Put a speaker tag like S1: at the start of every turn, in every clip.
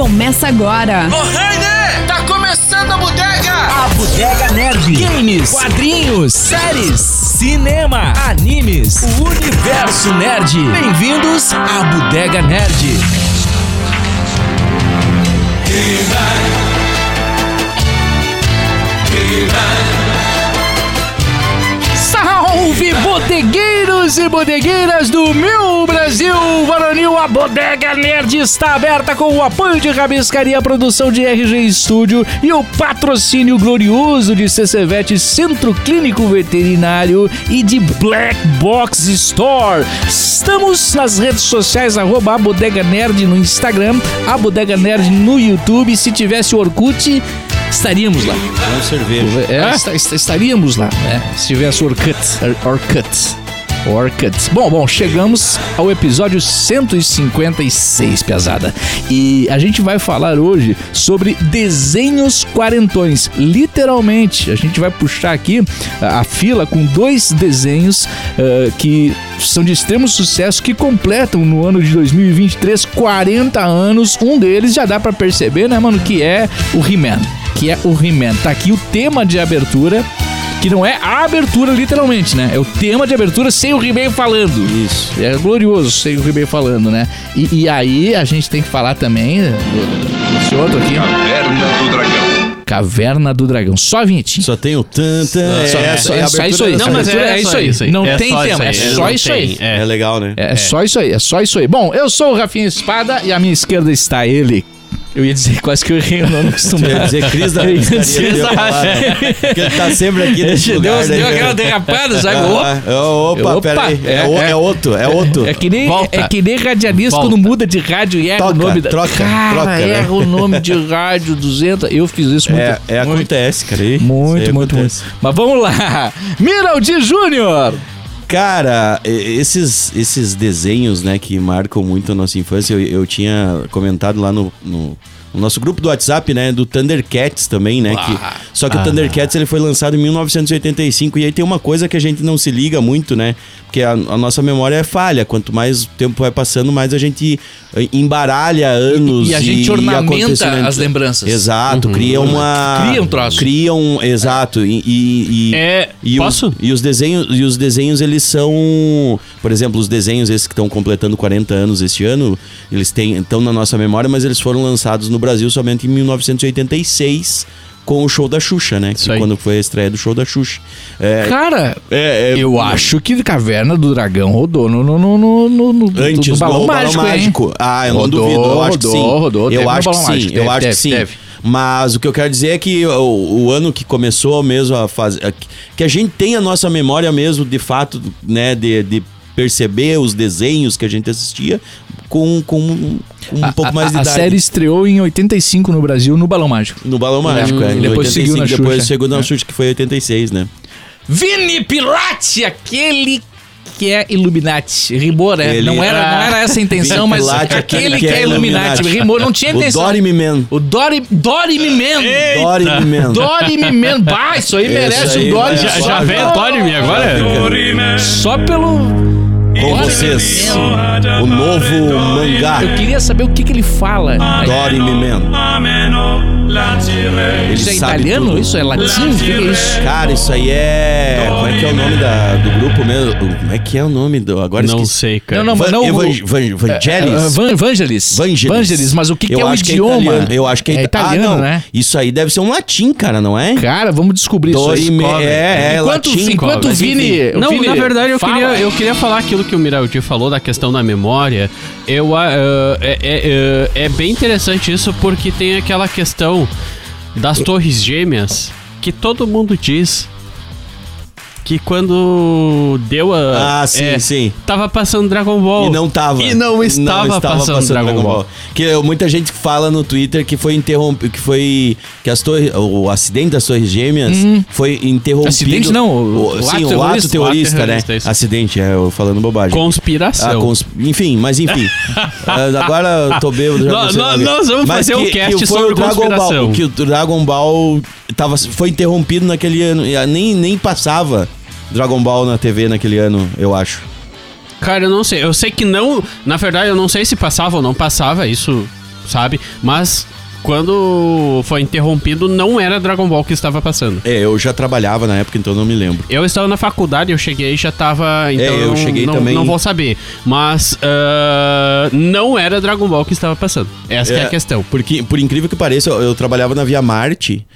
S1: começa agora.
S2: Correndo! Tá começando a bodega!
S3: A Bodega Nerd. Games, quadrinhos, séries, cinema, animes, o universo nerd. Bem-vindos à Bodega Nerd.
S4: Salve bodegueiros e bodegueiras do meu Brasil varonil, a Bodega Nerd está aberta com o apoio de Rabiscaria Produção de RG Studio e o patrocínio glorioso de CCVET Centro Clínico Veterinário e de Black Box Store. Estamos nas redes sociais, arroba a Bodega Nerd no Instagram, a Bodega Nerd no YouTube, se tivesse Orkut... Estaríamos lá.
S3: Não cerveja.
S4: É, esta- esta- estaríamos lá, né? Se tivesse Orkut. Or- Orkut. Orkut. Bom, bom, chegamos ao episódio 156, pesada. E a gente vai falar hoje sobre desenhos quarentões. Literalmente, a gente vai puxar aqui a a fila com dois desenhos eh, que são de extremo sucesso que completam no ano de 2023 40 anos. Um deles já dá pra perceber, né, mano, que é o He-Man que é o He-Man. Tá aqui o tema de abertura, que não é a abertura literalmente, né? É o tema de abertura sem o He-Man falando. Isso. É glorioso sem o He-Man falando, né? E, e aí a gente tem que falar também eh, do- desse outro aqui,
S2: Caverna do Dragão.
S4: Caverna do Dragão. Só a vinhetinha.
S3: Só tem o tanta.
S4: Só- só- é só isso aí.
S5: Não,
S4: Essa
S5: mas
S4: abertura
S5: é, só isso aí.
S4: Não
S5: É
S4: tem
S5: só
S4: tema, é
S5: isso aí.
S4: só
S5: Não
S4: isso
S5: tem,
S4: aí.
S5: é.
S3: É legal, né?
S4: É, só isso aí, é só isso aí. Bom, eu sou o Rafinha Espada e à minha esquerda está ele. Eu ia dizer quase que eu errei o nome
S3: Eu ia
S4: acostumado.
S3: dizer Cris da
S4: Eu ia
S3: Rabiscaria, eu ia
S4: dizer-
S3: falar, não. Porque ele tá sempre aqui nesse
S4: Deu,
S3: lugar. né?
S4: deu aquela derrapada, sabe? Opa!
S3: Ah, ah, opa,
S4: Opa,
S3: peraí. É,
S4: é,
S3: o-
S4: é.
S3: é outro, é outro.
S4: É que nem,
S5: Volta.
S4: é que nem radialista
S5: Volta.
S4: quando muda de rádio e erra
S3: Troca,
S4: o nome da...
S3: troca,
S4: Cara,
S3: troca, né?
S4: erra o nome de rádio 200. Eu fiz isso muito.
S3: É, é,
S4: muito,
S3: acontece, cara. aí. Isso
S4: muito,
S3: aí
S4: muito,
S3: acontece.
S4: muito. Mas vamos lá. Miraldi Júnior.
S3: Cara, e- esses, esses desenhos, né, que marcam muito a nossa infância, eu, eu tinha comentado lá no, no- no nosso grupo do WhatsApp, né, do Thundercats também, né, que-
S4: Ah.
S3: só que o Thundercats, ele foi lançado em 1985, e aí tem uma coisa que a gente não se liga muito, né, porque a, a nossa memória é falha, quanto mais o tempo vai passando, mais a gente eh, embaralha anos
S4: E a gente ornamenta
S3: acontecimentos.
S4: as lembranças.
S3: Exato, cria uma...
S4: Cria um troço.
S3: Cria um- exato, e... e- e-
S5: É,
S3: e
S5: posso?
S3: Os, e os desenhos, e os desenhos eles são, por exemplo, os desenhos esses que estão completando 40 anos este ano, eles têm estão na nossa memória, mas eles foram lançados no Brasil somente em 1986 com o show da Xuxa, né?
S5: Isso
S3: Que
S5: aí.
S3: Quando foi a estreia do show da Xuxa. É,
S4: Cara,
S3: é, é,
S4: eu acho que Caverna do Dragão rodou no, no, no, no, no, no- no
S3: antes do Balão, Mágico.
S4: hein?
S3: Ah, eu
S4: Rodou,
S3: não duvido, eu acho
S4: rodou,
S3: que sim.
S4: rodou, teve
S3: eu
S4: no
S3: acho que
S4: Balão
S3: sim,
S4: Mágico,
S3: eu
S4: teve,
S3: acho
S4: teve,
S3: que sim.
S4: teve.
S3: Mas o que eu quero dizer é que o, o ano que começou mesmo a fazer. a- que a gente tem a nossa memória mesmo, de fato, né, de, de perceber os desenhos que a gente assistia com, com um, um
S4: A-
S3: pouco
S4: a-
S3: mais de
S4: a,
S3: idade.
S4: série estreou em 85 no Brasil, no Balão Mágico.
S3: No Balão Mágico,
S4: É,
S3: é.
S4: e
S3: em
S4: depois seguiu na
S3: depois
S4: Xuxa. É.
S3: seguiu na Xuxa, que foi em 86, né?
S4: Vini Pilate, aquele que é Illuminati. Rimou, né?
S3: Ele- Ah,
S4: Não, era, não era essa a intenção, mas
S3: Pilate,
S4: aquele que é Illuminati. Rimou, não tinha
S3: O
S4: intenção.
S3: Dory Man.
S4: O Dory, Dory Me Man.
S3: Dory Man.
S4: Dory Me Man. Bah, isso aí merece
S3: aí,
S4: o Dory.
S3: já-
S4: Só-
S5: já vem a Dory Me agora?
S4: Só pelo...
S3: Com
S4: Dory
S3: vocês,
S4: Man.
S3: o novo mangá.
S4: Eu queria saber o que, que ele fala.
S3: Dory Man. Ele
S4: Isso é
S3: sabe
S4: italiano?
S3: tudo.
S4: Isso é latino? O que que é isso?
S3: Cara, isso aí é. Como é que é o nome da, do grupo mesmo? Como é que é o nome do. Agora
S5: Não
S3: esqueci.
S5: sei, cara.
S4: Não, não, mas
S3: Van,
S4: não...
S3: Evan- Van- Vangelis?
S4: Ah, Van- Vangelis.
S3: Vangelis.
S4: mas o que, que
S3: Eu
S4: é o
S3: acho que
S4: idioma?
S3: italiano. Eu acho que
S4: é
S3: ita- Ah,
S4: italiano,
S3: não.
S4: né?
S3: Isso aí deve ser um latim, cara, não é?
S4: Cara, vamos descobrir
S3: Dory
S4: isso aí.
S3: me-
S5: cobre.
S3: é, é
S4: Enquanto,
S3: latim.
S4: enquanto o
S3: Mas enfim.
S4: Vini... o
S5: Não,
S4: Vini
S5: na verdade eu
S4: fala-
S5: queria, eu queria falar aquilo que o Miraldi falou da questão da memória. Eu, ah, ah, é, é, ah, é bem interessante isso porque tem aquela questão das torres gêmeas que todo mundo diz que quando deu a
S3: Ah, sim,
S5: é,
S3: sim.
S5: tava passando Dragon Ball
S3: E não tava.
S5: e não estava, passando, Dragon, Ball.
S3: Que eh, muita gente fala no Twitter que foi interrompido, que foi que as torres, o acidente das Torres Gêmeas foi interrompido.
S4: Uhum. Acidente não, o- o
S3: sim,
S4: ato
S3: o
S4: terrorista.
S3: ato terrorista,
S5: O ato
S3: né?
S5: terrorista, isso.
S3: Acidente, é, eu falando bobagem. Ah,
S5: Conspiração.
S3: cons- Enfim, mas enfim. Ah, Agora eu tô bêbado. já
S5: Nó-
S3: não sei
S5: nó-
S3: mais.
S5: nós vamos
S3: Mas
S5: fazer um cast sobre
S3: Dragon
S5: conspiração.
S3: Ball, que o Dragon Ball tava, foi interrompido naquele ano. e, ah, Nem, nem passava Dragon Ball na TV naquele ano, eu acho.
S5: Cara, eu não sei. Eu sei que não. Na verdade, eu não sei se passava ou não passava. Isso sabe? Mas quando foi interrompido, não era Dragon Ball que estava passando.
S3: É, eu já trabalhava na época, então não me lembro.
S5: Eu estava na faculdade, eu cheguei e já estava. Então
S3: É, eu
S5: não-
S3: cheguei
S5: não,
S3: também.
S5: Não vou saber. Mas ah, não era Dragon Ball que estava passando. Essa que é a questão.
S3: Então, Porque, por incrível que pareça, eu, eu trabalhava na Via Marte.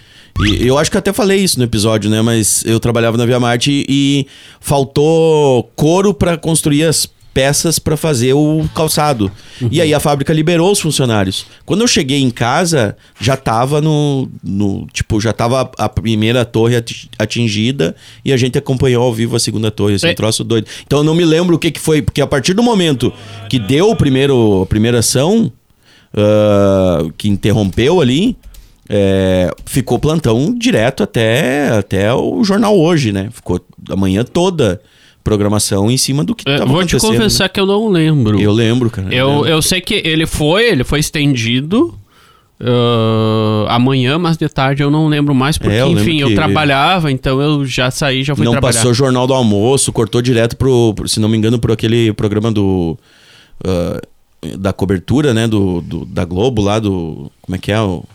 S3: E eu acho que eu até falei isso no episódio, né? Mas eu trabalhava na Via Marte e faltou couro pra construir as peças pra fazer o calçado. E aí a fábrica liberou os funcionários. Quando eu cheguei em casa, já tava no, no tipo, já tava a primeira torre ati- atingida e a gente acompanhou ao vivo a segunda torre, assim,
S5: É.
S3: um troço doido. Então eu não me lembro o que que foi, porque a partir do momento que deu o primeiro a primeira ação, ah, que interrompeu ali, é, ficou plantão direto até, até o jornal hoje, né? Ficou a manhã toda programação em cima do que
S5: Eh,
S3: tava
S5: Vou te
S3: acontecendo. né?
S5: confessar que eu não lembro.
S3: Eu lembro, cara.
S5: Eu,
S3: lembro.
S5: eu sei que ele foi, ele foi estendido ah, amanhã, mas de tarde eu não lembro mais, porque,
S3: É, eu lembro
S5: enfim, eu
S3: que-
S5: trabalhava, então eu já saí, já fui
S3: Não
S5: trabalhar.
S3: passou jornal do almoço, cortou direto pro, pro- se não me engano, pro aquele programa do... ah, da cobertura, né? Do, do- da Globo lá, do... Como é que é? O,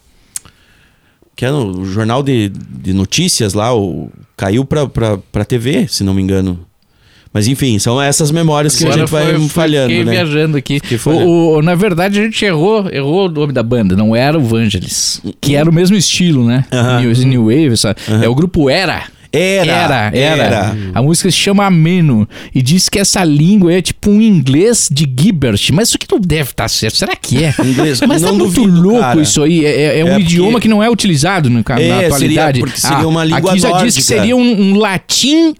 S3: que é no- o jornal de, de notícias lá, o, caiu pra, pra, pra TV, se não me engano. Mas enfim, são essas memórias que a
S4: Agora
S3: gente vai
S4: foi- foi-
S3: falhando,
S4: fiquei
S3: né?
S4: viajando aqui.
S3: Fiquei falhando.
S4: O, o- na verdade, a gente errou, errou o nome da banda. Não era o Vangelis, que era o mesmo estilo, né?
S3: Aham.
S4: New, New Wave, sabe? É o grupo Era.
S3: Era,
S4: era, era. A música se chama Ameno e diz que essa língua é tipo um inglês de Gibbert, mas isso aqui não deve estar certo. Será que é?
S3: Inglês,
S4: mas
S3: não
S4: tá muito
S3: duvido,
S4: louco
S3: cara.
S4: isso aí. É, é- é um
S3: É porque-
S4: idioma que não é utilizado no, ca-
S3: É,
S4: na
S3: seria-
S4: atualidade. Ah,
S3: porque seria uma língua
S4: Aqui já diz
S3: nórdica.
S4: que seria um, um latim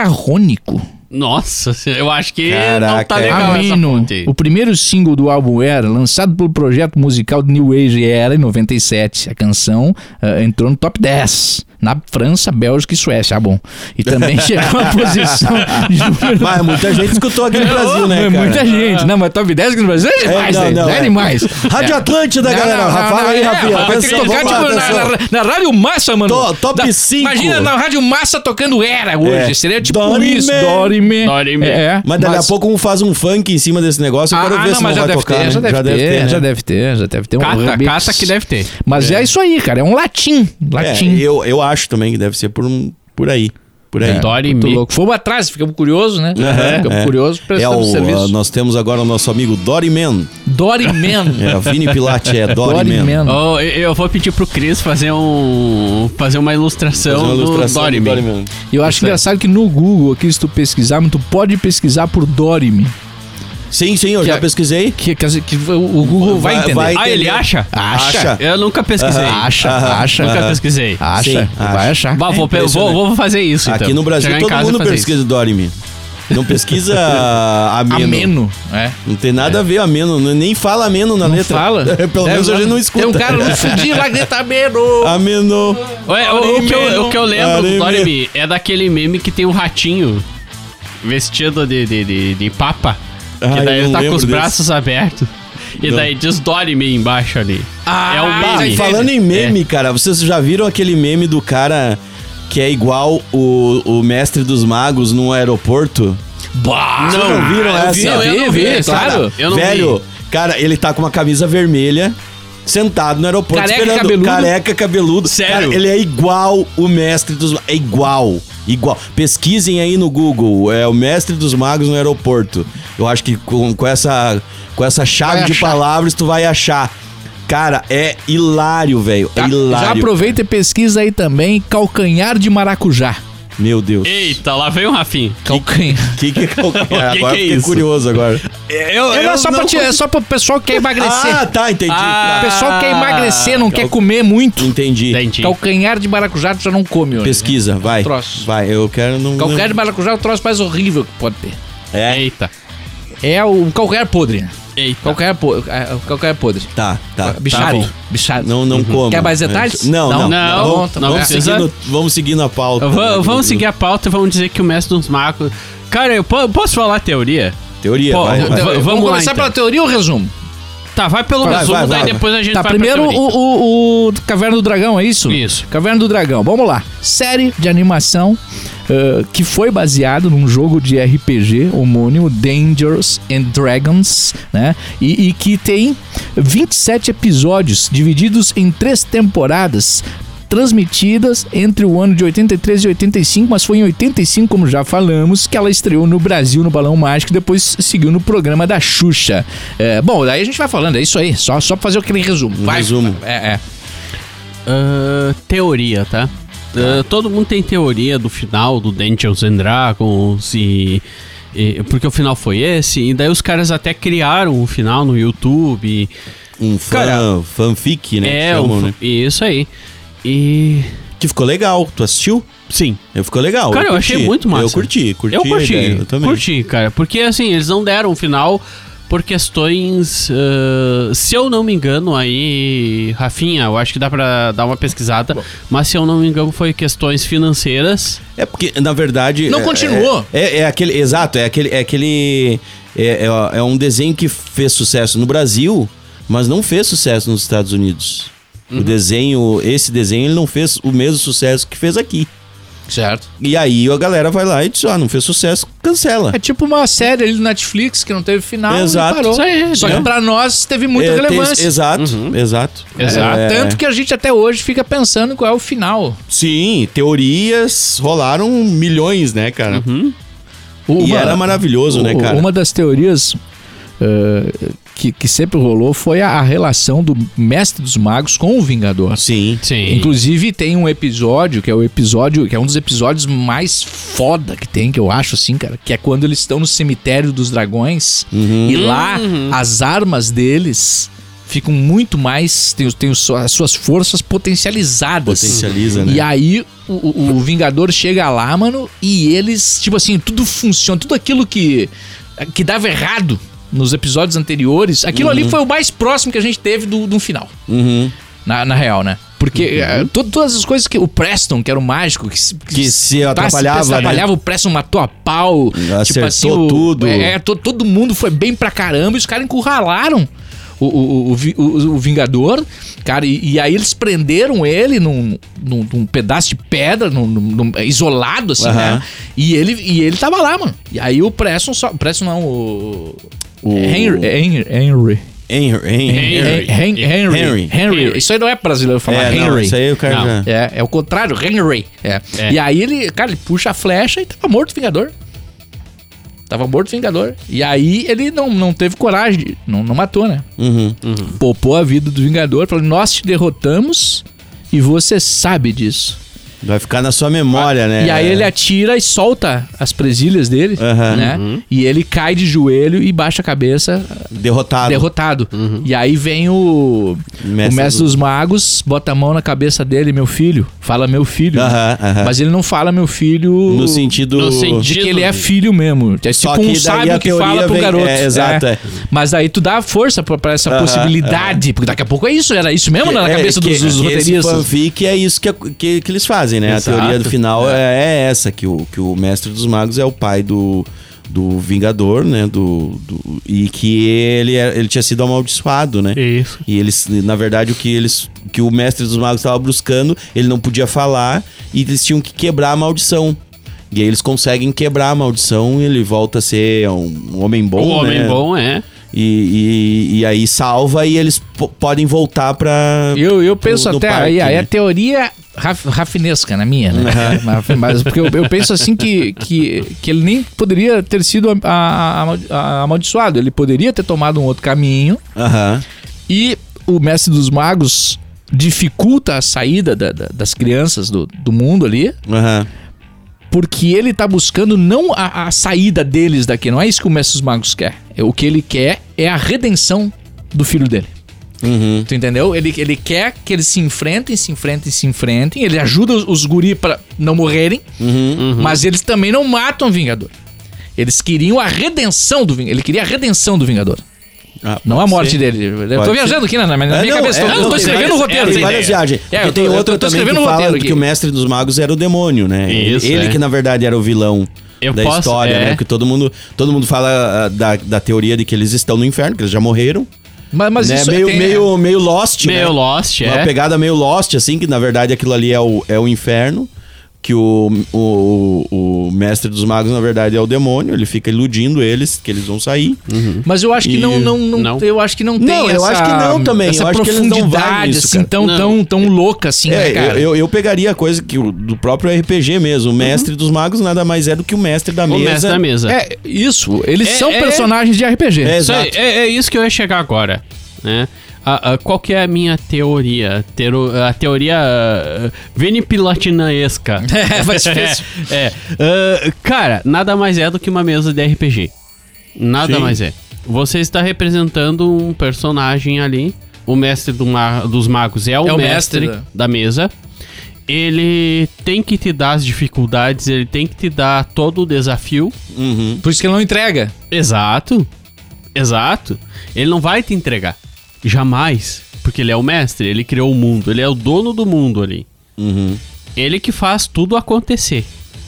S4: macarrônico.
S5: Nossa, eu acho que não
S3: Caraca,
S5: tá
S3: é.
S5: legal essa
S4: Amino,
S5: ponte. aí.
S4: o primeiro single do álbum Era, lançado pelo projeto musical de New Age Era em 97. A canção ah, entrou no top 10 na França, Bélgica e Suécia. Ah, bom. E também chegou à posição de número
S3: Mas muita gente escutou aqui no Brasil, né,
S4: É
S3: cara?
S4: Muita gente. Não, mas top 10 aqui no Brasil é
S3: É,
S4: demais, né? é, demais.
S3: Rádio
S4: É.
S3: Atlântida,
S4: Não,
S3: galera.
S4: não, não,
S3: Rafa,
S4: não,
S3: aí,
S4: é,
S3: Rafinha.
S4: vai ter que
S3: atenção,
S4: tocar,
S3: vamos
S4: tipo,
S3: lá,
S4: na,
S3: atenção.
S4: na- na Rádio Massa, mano.
S3: To- top
S4: Da-
S3: cinco.
S4: Imagina, na Rádio Massa tocando Era hoje.
S3: É.
S4: Seria tipo
S3: Dorime.
S4: isso. Dorime.
S5: Dorime.
S4: É,
S3: Mas daqui a pouco um faz um funk em cima desse
S4: Ah,
S3: negócio. Eu quero ver se não, vai
S4: deve
S3: tocar.
S4: ter,
S3: né?
S4: já deve ter,
S3: né?
S4: já deve ter, já deve ter um
S5: Cata,
S4: remix.
S5: cata que deve ter.
S4: Mas é. isso aí, cara, é um latim,
S3: É,
S4: latim.
S3: eu, eu acho também que deve ser por, um, por aí. Por aí.
S5: Dori
S4: Muito
S5: Mi.
S4: louco. Fomos atrás, ficamos curiosos, É. né?
S3: Aham,
S4: ficamos
S3: é.
S4: curiosos,
S3: É
S4: prestamos
S3: o,
S4: um serviço.
S3: ah, nós temos agora o nosso amigo Doriman.
S4: Doriman.
S3: É, a Vini Pilate é Doriman.
S4: Doriman.
S5: Oh, eu- eu vou pedir pro Cris fazer um. fazer uma ilustração,
S4: É um
S3: Fazer uma
S5: do
S3: ilustração do
S5: Dori Mi.
S3: Doriman.
S4: Eu acho engraçado que no Google aqui, se tu pesquisar, mas tu pode pesquisar por Dorime.
S3: Sim, sim, eu
S4: Que
S3: já
S4: a-
S3: pesquisei.
S4: Que, que, que o Google vai,
S3: Vai-
S4: entender.
S3: vai-
S5: Ah, ele
S3: Entendeu?
S5: acha?
S4: Acha.
S5: Eu nunca pesquisei.
S4: Acha,
S3: Aham,
S4: acha.
S5: Nunca
S3: aham.
S5: pesquisei.
S4: Acha,
S3: Sim,
S4: vai
S3: acha.
S4: achar.
S5: Bah, vou, pe- vou,
S3: impressionante.
S5: vou fazer isso.
S3: Aqui
S5: então.
S3: no Brasil
S5: Chegar em
S3: todo
S5: casa e
S3: mundo
S5: fazer
S3: pesquisa Doriman. Não pesquisa ameno.
S4: Ameno. É.
S3: Não tem nada a ver ameno. n- Nem fala ameno na
S4: Não
S3: letra.
S4: fala.
S3: Pelo
S4: É,
S3: menos hoje
S4: lá-
S3: não escuta. Ah,
S4: Tem um cara no fudido lá que tá grita Ameno.
S3: Ameno.
S5: isso. Ué, o, o que eu, o que eu lembro do
S3: Dorime.
S5: Dori Mi é daquele meme que tem um ratinho vestido de, de, de, de papa.
S3: Ah,
S5: que daí
S3: eu
S5: ele
S3: não
S5: tá com
S3: lembro
S5: os
S3: desse.
S5: braços abertos. E
S3: Não.
S5: daí diz Dori Mi embaixo ali. é um
S3: Ah,
S5: meme.
S3: falando em meme, cara, vocês já viram aquele meme do cara que é igual o, o mestre dos magos num aeroporto?
S5: Bah,
S3: Vocês não viram
S5: eu
S3: essa? Tá,
S5: vi, eu
S4: vi,
S5: não
S4: vi,
S5: vi,
S4: claro.
S5: claro. Eu não
S3: Velho,
S5: vi.
S3: cara, ele tá com uma camisa vermelha. Sentado no aeroporto
S4: Careca
S3: esperando.
S4: cabeludo?
S3: Careca cabeludo.
S5: Sério?
S3: Cara, ele é igual o mestre dos magos. É igual. Igual. Pesquisem aí no Google. É o mestre dos magos no aeroporto. Eu acho que com, com essa, com essa chave
S4: Vai
S3: de
S4: achar.
S3: palavras tu vai achar. Cara, é hilário, velho.
S4: Tá?
S3: É
S4: Já
S3: hilário.
S4: aproveita e pesquisa aí também calcanhar de maracujá.
S3: Meu Deus.
S5: Eita, lá veio um Rafinho.
S4: Calcanhar.
S3: O que, que é calcanhar? agora
S5: que que é
S3: fiquei
S5: isso?
S3: curioso agora.
S5: Eu,
S4: É só, pra ti- é só pro pessoal que quer emagrecer.
S3: Ah, tá, entendi.
S5: Ah,
S4: o pessoal quer emagrecer, não quer
S3: calc-
S4: comer muito.
S3: Entendi.
S5: Entendi.
S4: Calcanhar de maracujá tu já não
S5: Né?
S4: come hoje.
S5: É um
S3: Pesquisa, vai.
S4: Troço.
S3: Vai, eu quero não. não-
S4: Calcanhar de maracujá é o troço mais horrível que pode ter.
S3: É,
S5: Eita.
S4: É o calcanhar podre. né?
S5: Eita.
S4: Calcanhar, po é, o calcanhar podre.
S3: tá, tá.
S4: Bichado.
S3: Tá bom.
S4: bichado.
S3: Não,
S5: Uhum.
S3: não como.
S4: Quer mais
S3: É,
S4: detalhes?
S3: Não,
S4: Não, tá
S3: não.
S5: não,
S3: Vamos-
S5: não
S3: vamos,
S5: precisa.
S3: seguindo, vamos seguindo a pauta.
S5: Va-
S3: né, do-
S5: vamos seguir a pauta e vamos dizer que o mestre dos magos. Cara, eu po- posso falar a teoria?
S3: Teoria,
S5: Pô,
S3: vai.
S5: eu-
S3: vai.
S5: eu-
S4: Vamos,
S5: Vamos lá,
S4: começar
S5: então.
S4: pela teoria ou resumo?
S5: Tá, vai pelo
S3: Vai,
S5: resumo,
S3: vai,
S5: daí
S3: vai.
S5: depois a gente
S4: Tá,
S5: vai
S4: primeiro
S5: pra teoria.
S4: o, o, o Caverna do Dragão, é isso?
S5: Isso.
S4: Caverna do Dragão, vamos lá. Série de animação eh, que foi baseado num jogo de RPG homônimo, Dangerous and Dragons, né? E, e que tem 27 episódios, divididos em três temporadas. Transmitidas entre o ano de 83 e 85, mas foi em 85, como já falamos, que ela estreou no Brasil no Balão Mágico e depois seguiu no programa da Xuxa. Eh, bom, daí a gente vai falando, é isso aí, só, só pra fazer aquele resumo.
S3: Um
S4: vai.
S3: resumo.
S4: É, é.
S5: Ah, teoria, tá? Ah, todo mundo tem teoria do final do Dungeons and Dragons e, e- Porque o final foi esse, e daí os caras até criaram o final no YouTube.
S3: Um fã,
S5: Cara,
S3: fanfic, né? que
S5: é,
S3: chamam,
S5: o,
S3: né?
S5: isso aí. E.
S3: Que ficou legal. Tu assistiu?
S5: Sim.
S3: Eu ficou legal.
S5: Cara, eu,
S3: curti.
S5: achei muito massa.
S3: Eu curti, curti.
S5: Eu
S3: a
S5: curti,
S3: ideia, eu também.
S5: curti, cara. Porque, assim, eles não deram o final por questões... ah, se eu não me engano, aí... Rafinha, eu acho que dá pra dar uma pesquisada. Mas, se eu não me engano, foi questões financeiras.
S3: É porque, na verdade.
S4: Não
S3: é-
S4: continuou.
S3: É, é, aquele. Exato, é aquele. É, aquele é, é- é um desenho que fez sucesso no Brasil, mas não fez sucesso nos Estados Unidos.
S4: Uhum.
S3: O desenho, esse desenho, ele não fez o mesmo sucesso que fez aqui.
S4: Certo.
S3: E aí a galera vai lá e diz: ah, não fez sucesso, cancela.
S4: É tipo uma série ali do Netflix que não teve final
S3: Exato.
S4: e parou.
S5: Isso aí,
S4: Só
S5: né?
S4: que pra nós teve muita
S3: É, tem-
S4: relevância.
S3: exato, exato.
S5: Exato.
S3: É,
S4: Tanto que a gente até hoje fica pensando qual é o final.
S3: Sim, teorias rolaram milhões, né, cara? E
S4: Uhum. Uma-
S3: era maravilhoso, né,
S4: o-
S3: cara?
S4: Uma das teorias eh, que, que sempre rolou foi a, a relação do Mestre dos Magos com o Vingador.
S3: Sim.
S5: Sim.
S4: Inclusive tem um episódio que é o episódio que é um dos episódios mais foda que tem que eu acho assim, cara, que é quando eles estão no cemitério dos dragões e lá as armas deles ficam muito mais tem, os- tem os- as suas forças potencializadas.
S3: Potencializa, né?
S4: E aí o, o- o Vingador chega lá, mano, e eles, tipo assim, tudo funciona, tudo aquilo que que dava errado nos episódios anteriores, aquilo ali foi o mais próximo que a gente teve do, do final.
S3: Uhum.
S4: Na, na real, né? Porque eh, to- todas as coisas que. O Preston, que era o mágico, que se,
S3: Que se atrapalhava, né?
S4: atrapalhava, o Preston matou a pau. tipo
S3: Acertou tudo.
S4: É, é, to- todo mundo foi bem pra caramba e os caras encurralaram. O, o, o, vi- o- o Vingador, cara, e, e aí eles prenderam ele num, num, num pedaço de pedra, num, num- num- isolado, assim, né?
S3: Aham.
S4: E ele, e ele tava lá, mano. E aí o Preston só. O Preston não, o.
S3: O-
S4: Henry, Henry. Henry.
S3: Henry. Henry.
S4: Hen- Hen- Henry. Henry.
S3: Henry.
S4: Isso aí não é brasileiro falar
S3: É,
S4: Henry.
S3: não, isso aí o cara
S5: Não.
S3: já...
S4: É, é o contrário, Henry. É.
S5: É.
S4: E aí ele, cara, ele puxa a flecha e tava morto o Vingador. Tava morto o Vingador. E aí ele não, não teve coragem, de- não, não matou, né?
S3: Uhum.
S4: Poupou a vida do Vingador, falou: Nós te derrotamos e você sabe disso.
S3: Vai ficar na sua memória, né?
S4: E aí ele é atira e solta as presilhas dele,
S3: Aham. Uhum.
S4: né? E ele cai de joelho e baixa a cabeça
S3: Ah, Derrotado.
S4: derrotado. E aí vem o o mestre,
S3: Uhum. Mestre do-
S4: dos magos, bota a mão na cabeça dele, meu filho. Fala meu filho. né?
S3: Aham, aham.
S4: Mas ele não fala meu filho
S3: É. No sentido...
S5: No
S4: de
S5: sentido-
S4: que ele é filho mesmo. É
S3: Só
S4: tipo um
S3: que daí
S4: sábio
S3: a
S4: que
S3: teoria
S4: fala pro
S3: vem-
S4: garoto.
S3: é, exato, é.
S4: Mas aí tu dá força pra, pra essa possibilidade, porque daqui a pouco é isso, era isso mesmo na
S3: É,
S4: cabeça
S3: que-
S4: dos, dos
S3: que esse
S4: roteiristas.
S3: fanfic é isso que, que, que eles fazem, né?
S5: Exato.
S3: A teoria do final é, é essa, que o, que o Mestre dos Magos é o pai do, do Vingador, né? Do, do- e que ele, é- ele tinha sido amaldiçoado, né?
S5: Isso.
S3: E eles, na verdade, o que eles. o que o mestre dos magos estava buscando, ele não podia falar, e eles tinham que quebrar a maldição. E aí eles conseguem quebrar a maldição e ele volta a ser um, um homem bom.
S5: o homem
S3: né?
S5: bom é...
S3: E, e, e aí salva e eles po- podem voltar pra.
S4: Eu, eu penso
S3: no- no
S4: até
S3: parque,
S4: aí, aí
S3: né?
S4: a teoria raf, rafinesca na minha, né? Mas- Mas porque eu, eu penso assim que, que, que ele nem poderia ter sido a- a- a- amaldiçoado, ele poderia ter tomado um outro caminho
S3: Aham.
S4: e o mestre dos magos dificulta a saída da- da- das crianças do, do mundo ali,
S3: Aham.
S4: porque ele tá buscando não a, a saída deles daqui, não é isso que o mestre dos magos quer. É, O que ele quer é a redenção do filho dele.
S3: Uhum.
S4: Tu entendeu? Ele, ele quer que eles se enfrentem, se enfrentem, se enfrentem. Ele ajuda os, os guri pra não morrerem,
S3: Uhum,
S4: mas eles também não matam o Vingador. Eles queriam a redenção do Vingador. Ele queria a redenção do Vingador.
S3: Ah,
S4: Não a
S3: pode
S4: morte
S3: ser.
S4: dele. Eu tô
S3: Pode
S4: viajando aqui né? na, na minha
S3: É, não,
S4: cabeça.
S3: é,
S4: Eu tô,
S3: não,
S4: tô
S3: tem
S4: escrevendo o
S5: várias-
S4: roteiro.
S5: é,
S3: Tem
S5: Essa
S3: várias
S5: ideia.
S4: É,
S3: viagens. Porque
S4: eu tô-
S3: tem
S4: eu tô
S3: outra também que
S4: escrevendo o roteiro
S3: fala
S4: aqui.
S3: que o mestre dos magos era o demônio, né? Ele-
S5: Isso,
S3: ele
S5: é.
S3: que na verdade era o vilão
S5: Eu
S3: da
S5: posso-
S3: história,
S5: é.
S3: né? Porque todo mundo, todo mundo fala ah, da, da teoria de que eles estão no inferno, que eles já morreram.
S4: Mas, mas
S3: né?
S4: isso
S3: meio,
S4: tem- é.
S3: meio, meio Lost, né?
S5: Meio Lost,
S3: Uma
S5: é.
S3: pegada meio Lost, assim, que na verdade aquilo ali é o, é o inferno. Que o, o, o mestre dos magos, na verdade, é o demônio. Ele fica iludindo eles, que eles vão sair.
S4: Mas eu acho que não,
S3: E-
S4: não, não,
S5: não.
S4: Eu acho que não tem
S3: Não,
S4: essa...
S3: eu acho que não também. Eu
S4: Essa
S3: acho que eles não vai
S4: profundidade,
S3: nisso,
S4: assim,
S3: cara.
S4: tão,
S5: Não.
S4: tão, tão louca, assim, né,
S3: É,
S4: cara?
S3: eu, eu pegaria a coisa que o- do próprio RPG mesmo. O mestre dos magos nada mais é do que o mestre da
S5: Uhum. O
S3: mesa.
S5: mestre da mesa.
S4: É, isso. Eles
S5: É,
S4: são
S5: é-
S4: personagens de RPG.
S3: É,
S5: Isso aí,
S3: exato.
S5: é, é isso que eu ia chegar agora, né? A- a- qual que é a minha teoria? Tero- a teoria ah, venipilatinaesca.
S4: É, vai ser difícil.
S5: É. Ah, cara, nada mais é do que uma mesa de RPG. Nada
S3: Sim.
S5: mais é. Você está representando um personagem ali. O mestre do ma- dos magos é o,
S4: É o mestre
S5: mestre,
S4: da-
S5: da mesa. Ele tem que te dar as dificuldades, ele tem que te dar todo o desafio.
S3: Uhum.
S4: Por isso que ele não entrega.
S5: Exato. Exato. Ele não vai te entregar. Jamais. Porque ele é o mestre, ele criou o mundo, ele é o dono do mundo ali.
S3: Uhum.
S5: Ele que faz tudo acontecer.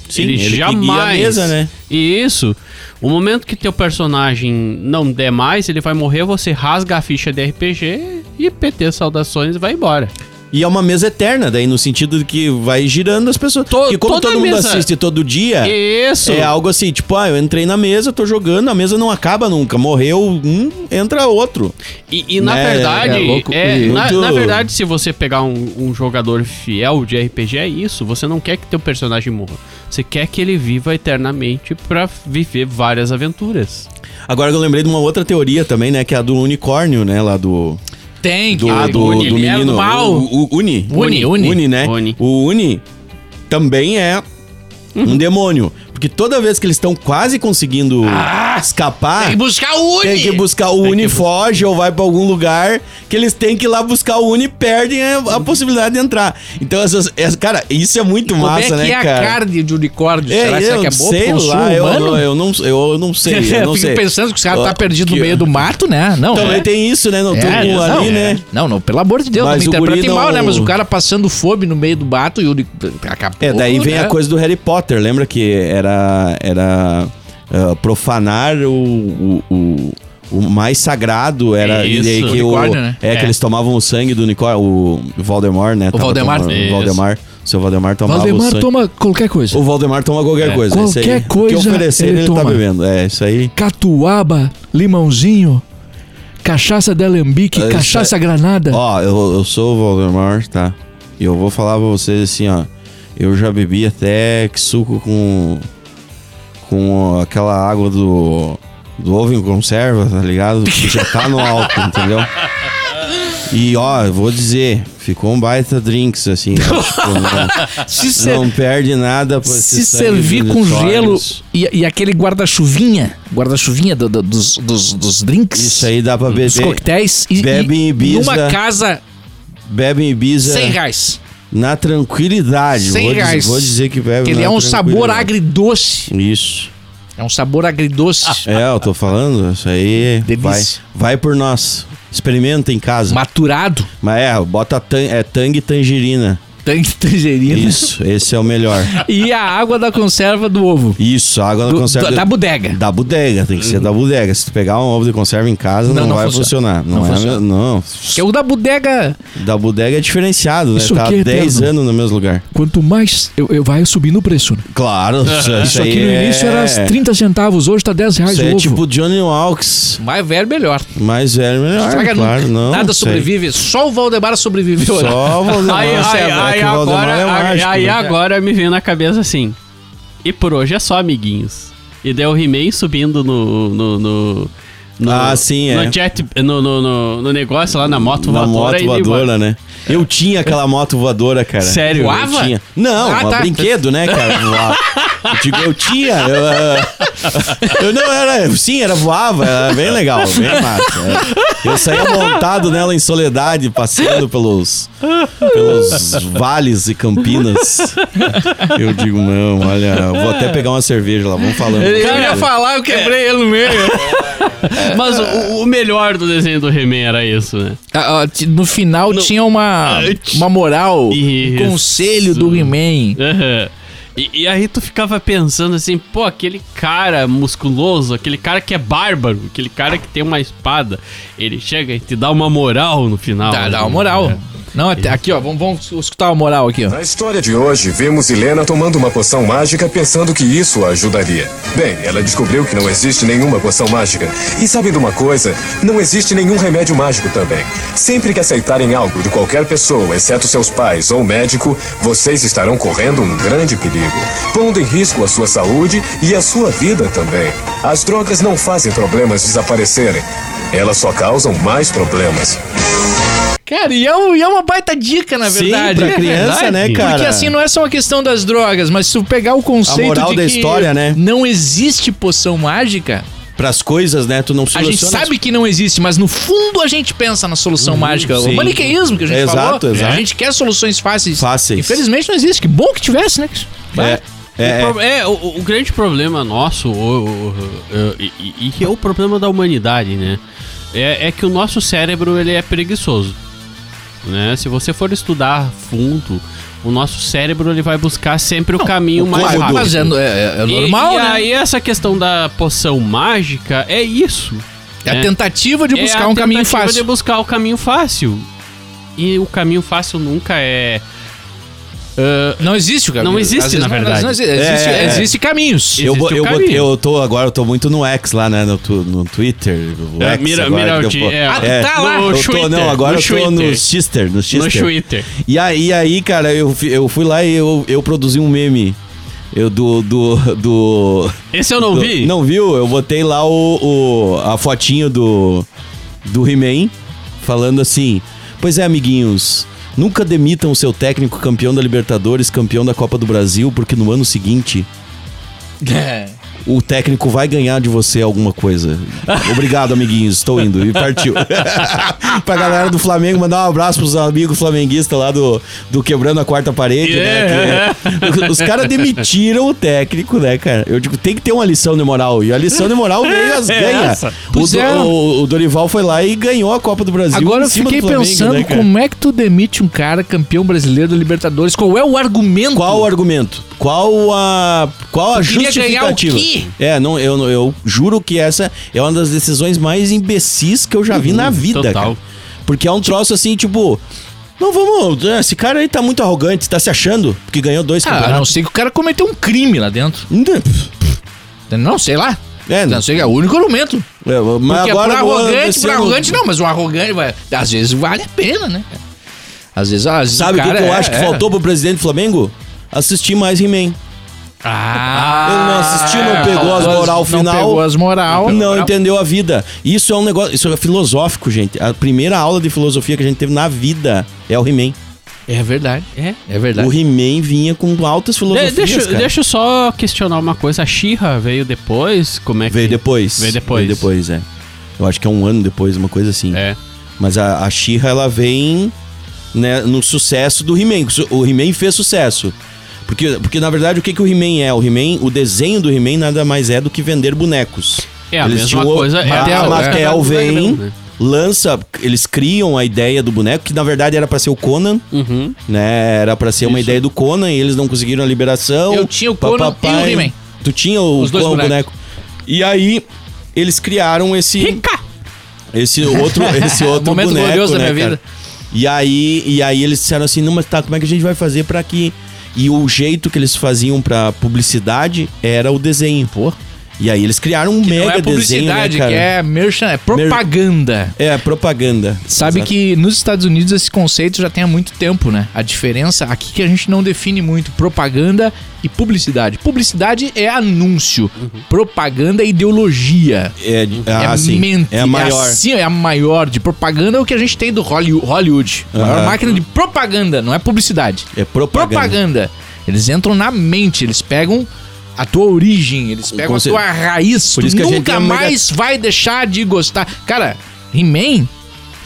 S3: Sim, ele que guia a mesa, né?
S5: E isso. O momento que teu personagem não der mais, ele vai morrer, você rasga a ficha de RPG e PT saudações e vai embora.
S3: E é uma mesa eterna, daí no sentido de que vai girando as pessoas.
S5: To-
S3: Porque como
S5: toda
S3: todo mundo
S5: mesa-
S3: assiste todo dia,
S5: Isso.
S3: é algo assim, tipo, ah, eu entrei na mesa, tô jogando, a mesa não acaba nunca. Morreu um, entra outro.
S5: E, e na
S3: Né,
S5: verdade,
S4: é louco
S5: é,
S3: e
S5: na,
S3: muito-
S5: na verdade, se você pegar um, um jogador fiel de RPG, é isso. Você não quer que teu personagem morra. Você quer que ele viva eternamente pra viver várias aventuras.
S3: Agora que eu lembrei de uma outra teoria também, né? Que é a do unicórnio, né? Lá do.
S4: Tem.
S3: Do,
S4: que- é?
S3: do,
S4: ele
S3: do
S4: era
S3: menino.
S4: do mal.
S3: O, o- Uni.
S4: Uni, Uni.
S3: Uni, né?
S5: Uni.
S3: O Uni também é um demônio. Porque toda vez que eles estão quase conseguindo escapar.
S4: Ah! Tem que buscar o Uni.
S3: Tem que buscar o Uni, foge ou vai pra algum lugar que eles têm que ir lá buscar o Uni e perdem a, a possibilidade de entrar. Então, essas, essas- cara, isso é muito
S4: Como é que
S3: massa, né,
S4: é a
S3: cara?
S4: carne de unicórnio?
S3: É,
S4: será,
S3: eu
S4: será que é boa
S3: sei
S4: pro consumo
S3: lá, eu,
S4: humano?
S3: eu, eu não, eu não sei, eu não
S4: fico
S3: sei.
S4: pensando que os caras
S3: Ó,
S4: tá perdido
S3: que-
S4: no meio do mato, né? Não,
S3: Também
S4: é.
S3: tem isso, né? Não
S4: É,
S3: tem um
S4: não,
S3: ali, né?
S4: Não, não, pelo amor de Deus, não
S3: Mas
S4: me
S3: o guri
S4: interpretem mal,
S3: não-
S4: né? Mas o cara passando fome no meio do mato e o. Acabou,
S3: É, daí vem
S4: né?
S3: a coisa do Harry Potter, lembra que era, era ah, profanar o, o, o, o mais sagrado, era e daí
S5: Isso.
S3: que o,
S4: Unicórnio, né?
S3: é,
S5: É.
S3: que eles tomavam o sangue do unicórnio, o Voldemort, né? Tava
S4: Voldemort.
S3: tomando-
S5: Isso.
S3: o Valdemar, seu Valdemar tomava o sangue.
S4: toma qualquer coisa.
S3: O Valdemar toma qualquer
S5: É.
S3: coisa. isso aí.
S4: Qualquer coisa
S3: O que oferecer
S4: ele
S3: ele, tá
S4: toma.
S3: bebendo. É, isso aí.
S4: Catuaba, limãozinho, cachaça de alambique,
S3: Ah, isso cachaça
S4: granada.
S3: Ó, eu, eu sou o Voldemort, tá? E eu vou falar pra vocês assim, ó. Eu já bebi até que suco com. com aquela água do. do ovo em conserva, tá ligado? Que já tá no álcool, entendeu? E ó, eu vou dizer, ficou um baita drinks, assim. ó. Tipo,
S4: se
S3: não, não perde nada pra
S4: se
S3: esse sangue
S4: servir com
S3: genitório.
S4: gelo e, e aquele guarda-chuvinha, guarda-chuvinha do- do- dos, dos, dos drinks,
S3: Isso aí dá pra
S4: dos
S3: beber.
S4: coquetéis, e,
S3: bebe
S4: e
S3: em Ibiza.
S4: numa casa,
S3: Bebe em Ibiza
S4: 100 reais.
S3: na tranquilidade.
S4: Cem
S3: Vou dizer-
S4: reais.
S3: Vou dizer que bebe
S4: Que ele
S3: na
S4: é um sabor
S3: tranquilidade.
S4: agridoce.
S3: Isso.
S4: É um sabor agridoce.
S3: É, eu tô falando, isso aí vai,
S4: Delícia.
S3: vai por nós. Experimenta em casa.
S4: Maturado.
S3: Mas é, bota tan é tangue e tangerina.
S4: Tanque de tangerina.
S3: Isso, esse é o melhor.
S4: E a água da conserva do ovo.
S3: Isso, a água da
S4: Do-
S3: conserva.
S4: da- da bodega.
S3: Da bodega, tem que ser da bodega. Se tu pegar um ovo de conserva em casa,
S4: Não,
S3: não,
S4: não
S3: vai
S4: funciona.
S3: funcionar.
S4: Não
S3: Não, é,
S4: funciona.
S3: não.
S4: Que é o da bodega.
S3: Da bodega é diferenciado, né?
S4: Isso
S3: tá há
S4: aqui é
S3: 10
S4: eterno.
S3: anos no mesmo lugar.
S4: Quanto mais eu, eu vai subindo o preço. né?
S3: Claro, isso, isso aí é...
S4: 30 centavos, hoje tá 10 reais
S3: Isso aí é tipo Johnny Walks.
S4: Mais é velho, melhor.
S3: Mais velho, melhor,
S4: Estraga
S3: Ah, claro,
S4: nunca.
S3: não.
S4: Nada
S3: isso aí.
S4: sobrevive, só o Valdemar sobreviveu. né?
S3: Só o Valdemar.
S5: Aí, aí,
S3: Marcelo, é
S5: aí
S3: que o Valdemar
S5: agora,
S3: é
S5: aí-
S3: mágico,
S5: aí
S3: né?
S5: agora me vem na cabeça assim. E por hoje é só, amiguinhos. E daí o He-Man subindo no. no, no no-
S3: Ah, sim,
S5: no
S3: é.
S5: jet, no, no, no- no negócio lá na moto
S3: Na
S5: voadora.
S3: moto
S5: e ele-
S3: voadora, né? Eu tinha aquela moto voadora, cara.
S5: Sério?
S4: Voava?
S3: Eu tinha. Não,
S4: Ah,
S3: um
S4: tá.
S3: brinquedo, né, cara? Voava. Eu digo, eu tinha. Eu, ah, eu não era. Sim, era voava. Era bem legal, bem massa. é. Eu saía montado nela em soledade, passeando pelos, pelos vales e campinas. Eu digo, não, olha, eu vou até pegar uma cerveja lá, vamos falando.
S4: Eu ia falar, eu quebrei ele no meio.
S3: é.
S5: Mas o, o melhor do desenho do He-Man era isso, né?
S4: Ah, ah, ti- no final tinha uma,
S5: Ah, ti-
S4: uma moral, um
S5: Isso.
S4: conselho do He-Man.
S5: Aham. E, e aí tu ficava pensando assim, pô, aquele cara musculoso, aquele cara que é bárbaro, aquele cara que tem uma espada, ele chega e te dá uma moral no final.
S4: Dá,
S5: né?
S4: dá uma moral. Não, até- aqui, ó, vamos, vamos escutar uma moral aqui, ó.
S1: Na história de hoje, vemos Helena tomando uma poção mágica pensando que isso a ajudaria. Bem, ela descobriu que não existe nenhuma poção mágica. E sabe de uma coisa? Não existe nenhum remédio mágico também. Sempre que aceitarem algo de qualquer pessoa, exceto seus pais ou médico, vocês estarão correndo um grande perigo, pondo em risco a sua saúde e a sua vida também. As drogas não fazem problemas desaparecerem. Elas só causam mais problemas.
S4: Cara, e é, um- e é uma baita dica, na
S3: Sim,
S4: verdade.
S3: pra criança,
S5: verdade.
S3: né,
S5: Porque
S3: cara?
S4: Porque assim não é só uma questão das drogas, mas se tu pegar o conceito
S3: A moral
S4: de
S3: da
S4: que
S3: história, né?
S4: não existe poção mágica,
S3: Pras coisas, né? Tu não
S4: a
S3: soluciona...
S4: gente sabe que não existe, mas no fundo a gente pensa na solução mágica.
S3: sim.
S4: O maniqueísmo que a gente
S3: É,
S4: falou,
S3: exato, exato.
S4: a gente quer soluções fáceis.
S3: Fáceis.
S4: Infelizmente não existe, que bom que tivesse, né?
S3: É, é,
S5: o,
S3: é,
S5: pro- é, o- o grande problema nosso, o- o- o- e, e- e que é o problema da humanidade, né? É, é que o nosso cérebro ele é preguiçoso. Né? Se você for estudar a fundo, o nosso cérebro ele vai buscar sempre o caminho mais
S3: cômodo.
S5: rápido.
S4: Mas é, é- é
S5: E-
S4: normal,
S5: e,
S4: né?
S5: aí essa questão da poção mágica é isso.
S4: é a
S5: né?
S4: tentativa de
S5: É
S4: buscar
S5: a
S4: um caminho
S5: tentativa
S4: fácil.
S5: de buscar o caminho fácil. E o caminho fácil nunca é ah,
S4: Não existe o caminho.
S5: Não existe,
S4: Às vezes
S5: na
S4: não-
S5: verdade.
S4: às vezes Não, existe, existe,
S3: É, é.
S4: existe caminhos.
S3: Eu, bo-
S5: existe o
S3: eu,
S5: caminho.
S3: botei- eu tô agora, eu tô muito no X lá, né? No, tu- no Twitter. o
S5: É,
S3: X
S5: mira-
S3: agora,
S5: mira
S3: que
S5: o ti-
S3: eu,
S5: é,
S3: é,
S4: Ah, tá lá.
S5: no
S3: eu tô,
S5: Twitter,
S3: não, agora
S5: no
S3: eu tô no
S5: Twitter.
S3: Twitter, no Twitter.
S5: No Twitter.
S3: E aí, e aí cara, eu, fi- eu fui lá e eu, eu produzi um meme. Eu do. do. do
S5: Esse eu não
S3: do-
S5: vi.
S3: Não viu? Eu botei lá o, o- a fotinho do. do He-Man falando assim. Pois é, amiguinhos. Nunca demitam o seu técnico campeão da Libertadores, campeão da Copa do Brasil, porque no ano seguinte
S4: É.
S3: o técnico vai ganhar de você alguma coisa. Obrigado, amiguinhos. Estou indo. E partiu. pra galera do Flamengo, mandar um abraço pros amigos flamenguistas lá do, do Quebrando a Quarta Parede, né? Que- os caras demitiram o técnico, né, cara? Eu digo, tem que ter uma lição de moral. E a lição de moral veio as ganhas.
S5: essa.
S3: O,
S4: É Pois
S3: Do-
S4: é.
S3: o- o Dorival foi lá e ganhou a Copa do Brasil.
S4: Agora
S3: em
S4: eu
S3: cima
S4: fiquei
S3: do Flamengo,
S4: pensando
S3: né, cara?
S4: como é que tu demite um cara campeão brasileiro da Libertadores? Qual é o argumento?
S3: Qual o argumento? Qual a qual a
S4: Tu queria ganhar o
S3: justificativa?
S4: quê?
S3: É, não, eu, não- eu juro que essa é uma das decisões mais imbecis que eu já vi na vida,
S5: total.
S3: cara. Porque é um troço assim, tipo, não vamos, esse cara aí tá muito arrogante, tá se achando porque ganhou dois
S4: Ah, a
S3: campeonatos.
S4: não ser que o cara cometeu um crime lá dentro.
S3: Ainda-
S4: Não, sei lá.
S3: É,
S4: Não sei, é o único argumento.
S3: é, mas
S4: Porque
S3: agora
S4: por
S3: vou-
S4: arrogante,
S3: esse
S4: por
S3: ano-
S4: arrogante não, mas um arrogante, vai- às vezes vale a pena, né? Às vezes, às vezes
S3: Sabe o que,
S4: cara
S3: que eu
S4: é-
S3: acho que
S4: é.
S3: faltou pro presidente do Flamengo? Assistir mais He-Man.
S4: Ah,
S3: Ele não assistiu, não
S4: é,
S3: pegou as
S4: faltou
S3: moral final.
S4: Não pegou as moral.
S3: Não entendeu a vida. Isso é um negócio. Isso é filosófico, gente. A primeira aula de filosofia que a gente teve na vida é o He-Man.
S4: É verdade.
S5: É?
S4: É verdade.
S3: O He-Man vinha com altas
S5: De-
S3: filosofias.
S5: deixa,
S3: cara.
S5: deixa eu só questionar uma coisa. A Xirra veio depois? Como é que.
S3: Veio depois.
S5: Veio depois.
S3: Veio depois, é. Eu acho que é um ano depois, uma coisa assim.
S5: É.
S3: Mas a, a She-Ra, ela vem né, no sucesso do He-Man. O He-Man fez sucesso. Porque, porque, na verdade, o que, que o He-Man é? O He-Man, o desenho do He-Man nada mais é do que vender bonecos.
S5: É a mesma
S3: tinham o-
S5: coisa, é
S3: a,
S5: a-
S3: a Mattel
S5: é.
S3: vem,
S4: Uhum.
S5: Né?
S3: lança, eles criam a ideia do boneco, que na verdade era pra ser o Conan,
S5: Uhum.
S3: né? Era pra ser uma
S5: Isso.
S3: ideia do Conan e eles não conseguiram a liberação.
S4: Eu tinha o Conan e o He-Man.
S3: Tu tinha o,
S4: Os dois
S3: Conan, o
S4: bonecos.
S3: boneco. E aí, eles criaram esse... Esse outro, esse outro
S4: Momento
S3: boneco,
S4: glorioso da
S3: né,
S4: minha
S3: cara?
S4: vida.
S3: E aí, e aí eles disseram assim, não, mas tá, como é que a gente vai fazer pra que... E o jeito que eles faziam pra publicidade era o desenho, pô. E aí eles criaram um
S4: Não
S3: mega
S4: é
S3: desenho, né,
S4: publicidade,
S3: cara?
S4: que é merchan, é propaganda.
S3: É, propaganda.
S4: Sabe
S3: Exato.
S4: que nos Estados Unidos esse conceito já tem há muito tempo, né? A diferença aqui que a gente não define muito propaganda e publicidade. Publicidade é anúncio,
S3: Uhum.
S4: propaganda é ideologia.
S3: É, ah,
S4: é
S3: sim.
S4: mente,
S3: É a maior.
S4: assim, é a maior de propaganda é o que a gente tem do Hollywood, Hollywood. A maior
S3: Aham.
S4: máquina de propaganda, não é publicidade.
S3: É propaganda.
S4: propaganda. Eles entram na mente, eles pegam a tua origem, eles pegam a
S3: conce-
S4: tua raiz.
S3: Por
S4: tu
S3: isso que a gente
S4: nunca
S3: é um mega-
S4: mais vai deixar de gostar. Cara, He-Man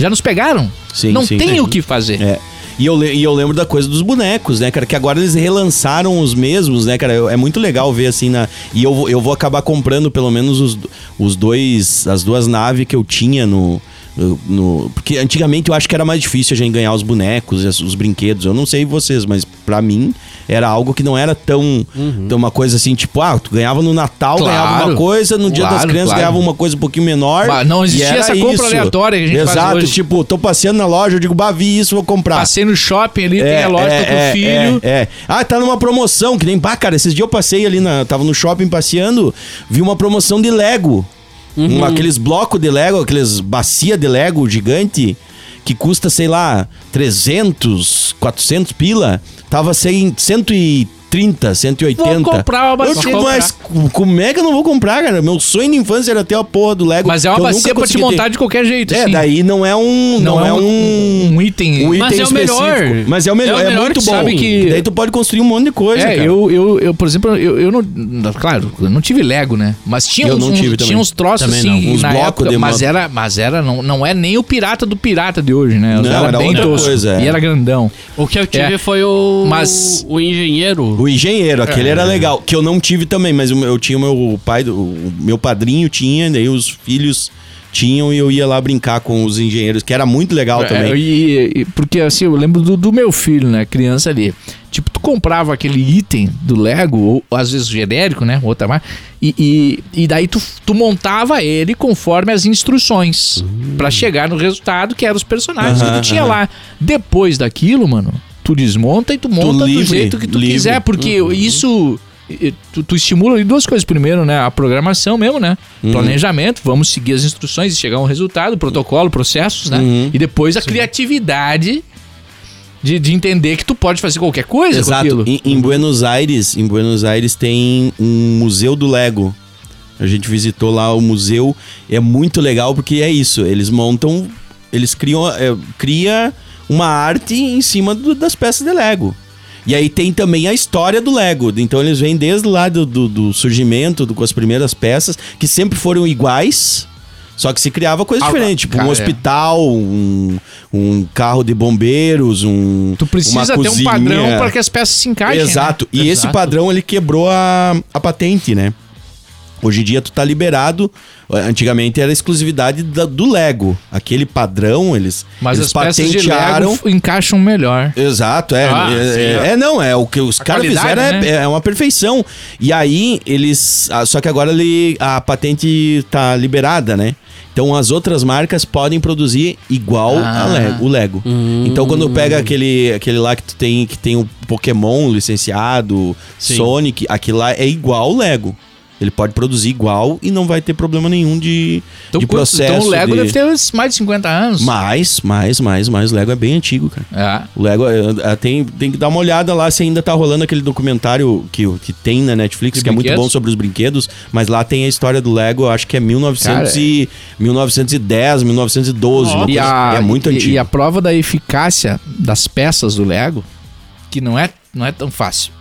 S4: já nos pegaram.
S3: Sim,
S4: Não
S3: sim.
S4: tem
S3: Sim.
S4: o que fazer.
S3: É. E eu, le- e eu lembro da coisa dos bonecos, né, cara? Que agora eles relançaram os mesmos, né, cara? Eu- é muito legal ver assim na. E eu, vou- eu vou acabar comprando pelo menos os, os dois. As duas naves que eu tinha no. eu- no- porque antigamente eu acho que era mais difícil a gente ganhar os bonecos, as- os brinquedos. Eu não sei vocês, mas pra mim era algo que não era tão, tão uma coisa assim, tipo, ah, tu ganhava no Natal,
S4: Uhum. Claro.
S3: ganhava uma coisa, no Dia das
S4: Claro,
S3: Crianças
S4: claro.
S3: ganhava uma coisa um pouquinho menor.
S4: Mas não
S3: e
S4: existia
S3: era
S4: essa compra aleatória que a gente faz
S3: Exato,
S4: hoje.
S3: tipo, tô passeando na loja, eu digo, bah, vi isso, vou comprar.
S4: Passei no shopping ali, tem a loja, tô com o filho.
S3: É, é. Ah, tá numa promoção, que nem. Bah, cara, esses dias eu passei ali, na, tava no shopping passeando, vi uma promoção de Lego.
S4: Uhum.
S3: Um- aqueles blocos de Lego, aqueles bacia de Lego gigante, que custa, sei lá, 300, 400 pila. Tava sem 130, 180.
S4: Vou comprar uma bacia.
S3: Eu digo,
S4: Vou comprar.
S3: mas co- como é que eu não vou comprar, cara? Meu sonho de infância era ter a porra do Lego.
S4: Mas é uma
S3: que eu nunca
S4: bacia pra te
S3: consegui
S4: montar
S3: ter.
S4: de qualquer jeito,
S3: É,
S4: assim.
S3: daí não é um. Não, é um
S4: um item.
S3: um item
S5: Mas é o
S3: específico.
S5: melhor.
S3: Mas é o melhor.
S5: É
S3: É,
S5: o melhor
S3: muito
S5: que
S3: bom.
S5: sabe
S4: que-
S3: Daí tu pode construir um monte de coisa.
S4: É,
S3: cara.
S4: eu, eu, eu, por exemplo, eu, eu não. Claro, eu não tive Lego, né? Mas tinha,
S3: Eu
S4: uns,
S3: não
S4: uns-
S3: tive
S4: tinha
S3: também.
S4: uns troços
S5: Também
S4: assim,
S3: não. Uns
S4: na
S3: blocos
S4: época,
S3: de
S4: mas
S3: moto.
S4: era, mas era não, não é nem o pirata do pirata de hoje, né?
S3: Não, era
S4: bem
S3: outra
S4: tosco.
S3: coisa, é.
S4: E era grandão.
S5: O que eu tive
S4: É.
S5: foi o.
S4: Mas-
S5: O engenheiro.
S3: O engenheiro, aquele era legal, que eu não tive também, mas o meu- eu tinha o meu pai, do- o meu padrinho tinha, daí os filhos tinham e eu ia lá brincar com os engenheiros, que era muito legal
S4: É,
S3: também.
S4: e- e- porque assim, eu lembro do, do meu filho, né? Criança ali. Tipo, tu comprava aquele item do Lego, ou, ou às vezes genérico, né? Outra marca. E, e, e daí tu, tu montava ele conforme as instruções. pra chegar no resultado que eram os personagens que
S3: Hum. Aham,
S4: tu tinha
S3: aham.
S4: lá. Depois daquilo, mano, tu desmonta e tu monta do
S3: livre,
S4: jeito que tu
S3: livre. Uhum.
S4: quiser. Porque isso. e- Tu, tu estimula ali duas coisas. Primeiro, né? A programação mesmo, né?
S3: Uhum.
S4: Planejamento, vamos seguir as instruções e chegar a um resultado, protocolo, processos, né?
S3: Uhum.
S4: E depois a criatividade de, de entender que tu pode fazer qualquer coisa com
S3: Exato.
S4: aquilo.
S3: Em, em Buenos Aires, em Buenos Aires tem um museu do Lego. A gente visitou lá o museu, é muito legal porque é isso, eles montam, eles criam, é, cria uma arte em cima do- das peças de Lego. E aí tem também a história do Lego. Então eles vêm desde lá do, do- do surgimento, do- com as primeiras peças, que sempre foram iguais, só que se criava coisa
S4: Ah,
S3: diferente. Tipo
S4: cara,
S3: um
S4: é.
S3: hospital, um, um carro de bombeiros, um
S4: Tu precisa
S3: uma
S4: ter um padrão
S3: cozinha.
S4: para que as peças se encaixem. né?
S3: Exato. E esse
S4: Exato.
S3: padrão ele quebrou a, a patente, né? Hoje em dia tu tá liberado. Antigamente era exclusividade da- do Lego. Aquele padrão eles,
S4: Mas
S3: eles
S4: as peças de
S3: patentearam.
S4: Lego f- encaixam melhor.
S3: Exato, é,
S5: Ah,
S3: é,
S5: sim,
S3: é, é, não, é o que os caras
S4: qualidade,
S3: fizeram é-
S4: né?
S3: é, uma perfeição. E aí eles, ah, só que agora ele, a patente tá liberada, né? Então as outras marcas podem produzir igual
S4: Ah. Hum.
S3: a Lego, o Lego. Então quando pega aquele, aquele lá que tu tem que tem o Pokémon licenciado,
S5: Sim.
S3: Sonic, aquilo lá é igual o Lego. Ele pode produzir igual e não vai ter problema nenhum de, de
S4: quanto-
S3: processo.
S4: então o Lego
S3: de...
S4: deve ter uns mais de 50 anos.
S3: Mais, mais, mais, mais. O Lego é bem antigo, cara.
S4: É.
S3: O Lego, eh, eh, tem, tem que dar uma olhada lá se ainda tá rolando aquele documentário que, que tem na Netflix,
S4: De
S3: que é muito
S4: brinquedos?
S3: bom sobre os brinquedos, mas lá tem a história do Lego, eu acho que é 1900 e, 1910, 1912. uma
S4: E
S3: coisa-
S4: a,
S3: é muito
S4: e,
S3: antigo.
S4: e a prova da eficácia das peças do Lego, que não é, não é tão fácil.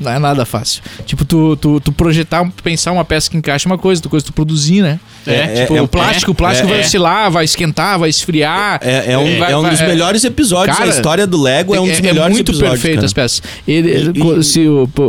S4: Não é nada fácil. Tipo, tu, tu, tu projetar, pensar uma peça que encaixa uma coisa, outra coisa tu produzir, né?
S5: É,
S3: é,
S4: tipo,
S3: é,
S4: o plástico,
S5: é,
S4: o plástico
S5: é,
S4: vai
S5: é.
S4: oscilar, vai esquentar, vai esfriar.
S3: É, é um,
S4: vai-
S3: é um
S4: vai-
S3: dos melhores episódios.
S4: Cara,
S3: a história do Lego é um dos melhores
S4: muito
S3: episódios.
S4: perfeito
S3: cara.
S4: as peças. Ele,
S3: E-
S4: co-
S3: e-
S4: se o, o-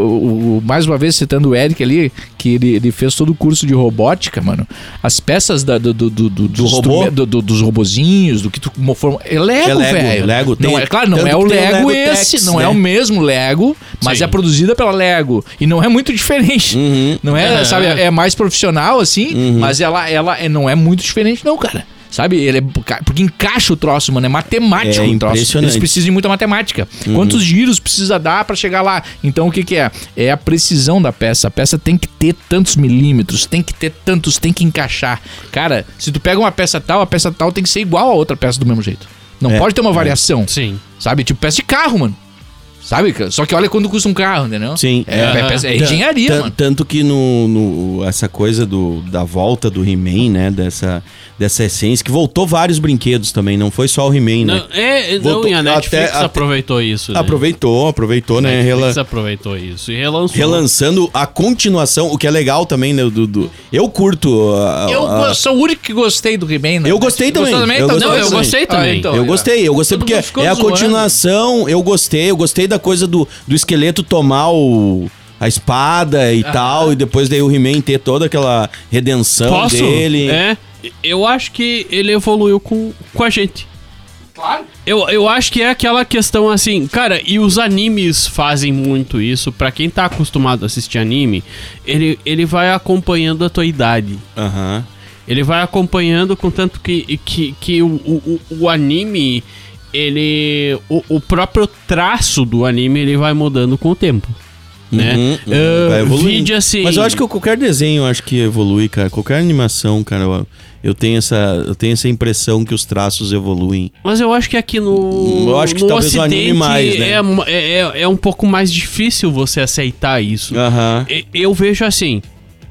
S4: o- mais uma vez citando o Eric ali, que ele, ele fez todo o curso de robótica, mano. As peças da- do, do, do, do- dos
S3: robô?
S4: instrumentos- do- do- dos robozinhos, do que tu mo- forma. É Lego,
S3: É Lego,
S4: velho.
S3: Lego.
S4: não
S3: Tem-
S4: é, claro, não
S3: tanto
S4: é o
S3: que tem o
S4: Lego,
S3: Lego
S4: esse,
S3: Tex,
S4: não é
S3: né?
S4: o mesmo Lego, mas
S5: Sim.
S4: é produzida pela Lego e não é muito diferente.
S3: Uhum.
S4: Não é,
S5: Aham.
S4: sabe, é mais profissional assim, mas ela ela é- não é muito diferente não, cara. Sabe, ele é, porque encaixa o troço, mano, é matemático
S3: É
S4: o troço.
S3: impressionante.
S4: Eles precisa de muita matemática. Quantos giros precisa dar pra chegar lá? Então o que que é? É a precisão da peça. A peça tem que ter tantos milímetros, tem que ter tantos, tem que encaixar. Cara, se tu pega uma peça tal, a peça tal tem que ser igual a outra peça do mesmo jeito. Não
S3: É,
S4: pode ter uma variação.
S5: Sim.
S4: Sabe? Tipo peça de carro, mano. Sabe? cara? Só que olha quanto custa um carro, entendeu?
S3: Sim.
S4: É, é peça- é engenharia,
S3: Tan-
S4: mano.
S3: Tanto que no, no- essa coisa do, da volta do He-Man, né? Dessa, dessa essência, que voltou vários brinquedos também, não foi só o He-Man, né?
S5: Não, é, não,
S3: Voltou-
S5: e a Netflix
S3: até- até-
S5: aproveitou isso. Né?
S3: Aproveitou, aproveitou, né?
S5: Netflix
S4: é
S3: Rela-
S5: aproveitou isso e relançou.
S3: relançando é a continuação, o que é legal também, né? Do, do- eu curto. uh, a- a-
S4: Eu go- sou o único que gostei do He-Man. né?
S3: Eu gostei
S4: Gostou
S3: também, eu
S4: Então,
S3: gostei
S4: não,
S5: também. Ah, então,
S4: é.
S3: eu gostei, eu gostei
S4: Todo
S3: porque
S4: mundo ficou
S3: é a
S4: zoando.
S3: continuação, eu gostei, eu gostei da coisa do, do esqueleto tomar o, a espada e tal, e depois daí o He-Man ter toda aquela redenção
S5: Posso?
S3: dele.
S5: É, eu acho que ele evoluiu com, com a gente. Eu, eu acho que é aquela questão assim, cara, e os animes fazem muito isso. Pra quem tá acostumado a assistir anime, ele, ele vai acompanhando a tua idade.
S3: Aham.
S5: Ele vai acompanhando, contanto que, que, que o, o, o- o anime, ele. O, o próprio traço do anime ele vai mudando com o tempo. Né?
S3: Uhum, uhum,
S5: Ah,
S3: vai evoluindo.
S5: vídeo assim.
S3: Mas eu acho que qualquer desenho eu acho que evolui, cara. Qualquer animação, cara, eu, eu tenho essa, eu tenho essa impressão que os traços evoluem.
S5: Mas eu acho que aqui no.
S3: Eu acho que
S5: no
S3: talvez o anime
S5: Ocidente
S3: mais, né?
S5: é mo- É, é, é um pouco mais difícil você aceitar isso.
S3: Aham.
S5: E- Eu vejo assim.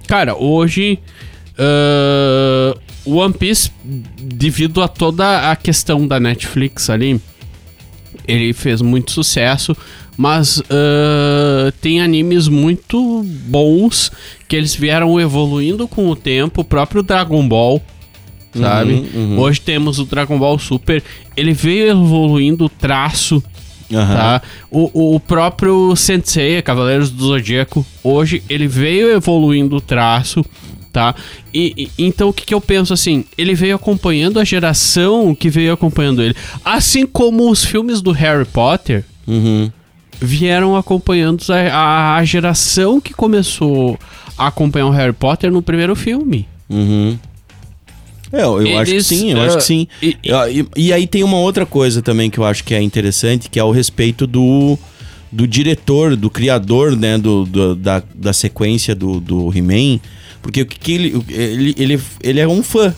S5: Cara, hoje. ah, One Piece, devido a toda a questão da Netflix ali, ele fez muito sucesso. Mas ah, tem animes muito bons que eles vieram evoluindo com o tempo. O próprio Dragon Ball sabe? Hoje temos o Dragon Ball Super, ele veio evoluindo o traço,
S3: Aham.
S5: tá? O, o próprio Sensei, Cavaleiros do Zodíaco, hoje ele veio evoluindo o traço, tá? E, e- então o que, que eu penso assim? Ele veio acompanhando a geração que veio acompanhando ele, assim como os filmes do Harry Potter. Vieram acompanhando a- a, a geração que começou a acompanhar o Harry Potter no primeiro filme.
S3: Uhum. É, eu, eu acho que
S5: Eles,
S3: sim, eu
S5: ah,
S3: acho que sim.
S5: e-
S3: Eu- E, e aí tem uma outra coisa também que eu acho que é interessante, que é o respeito do, do diretor, do criador, né, do, do- da, da sequência do, do He-Man. Porque o que, que ele, ele, ele. Ele é um fã.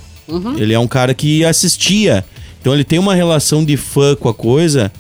S3: Ele é um cara que assistia. Então ele tem uma relação de fã com a coisa.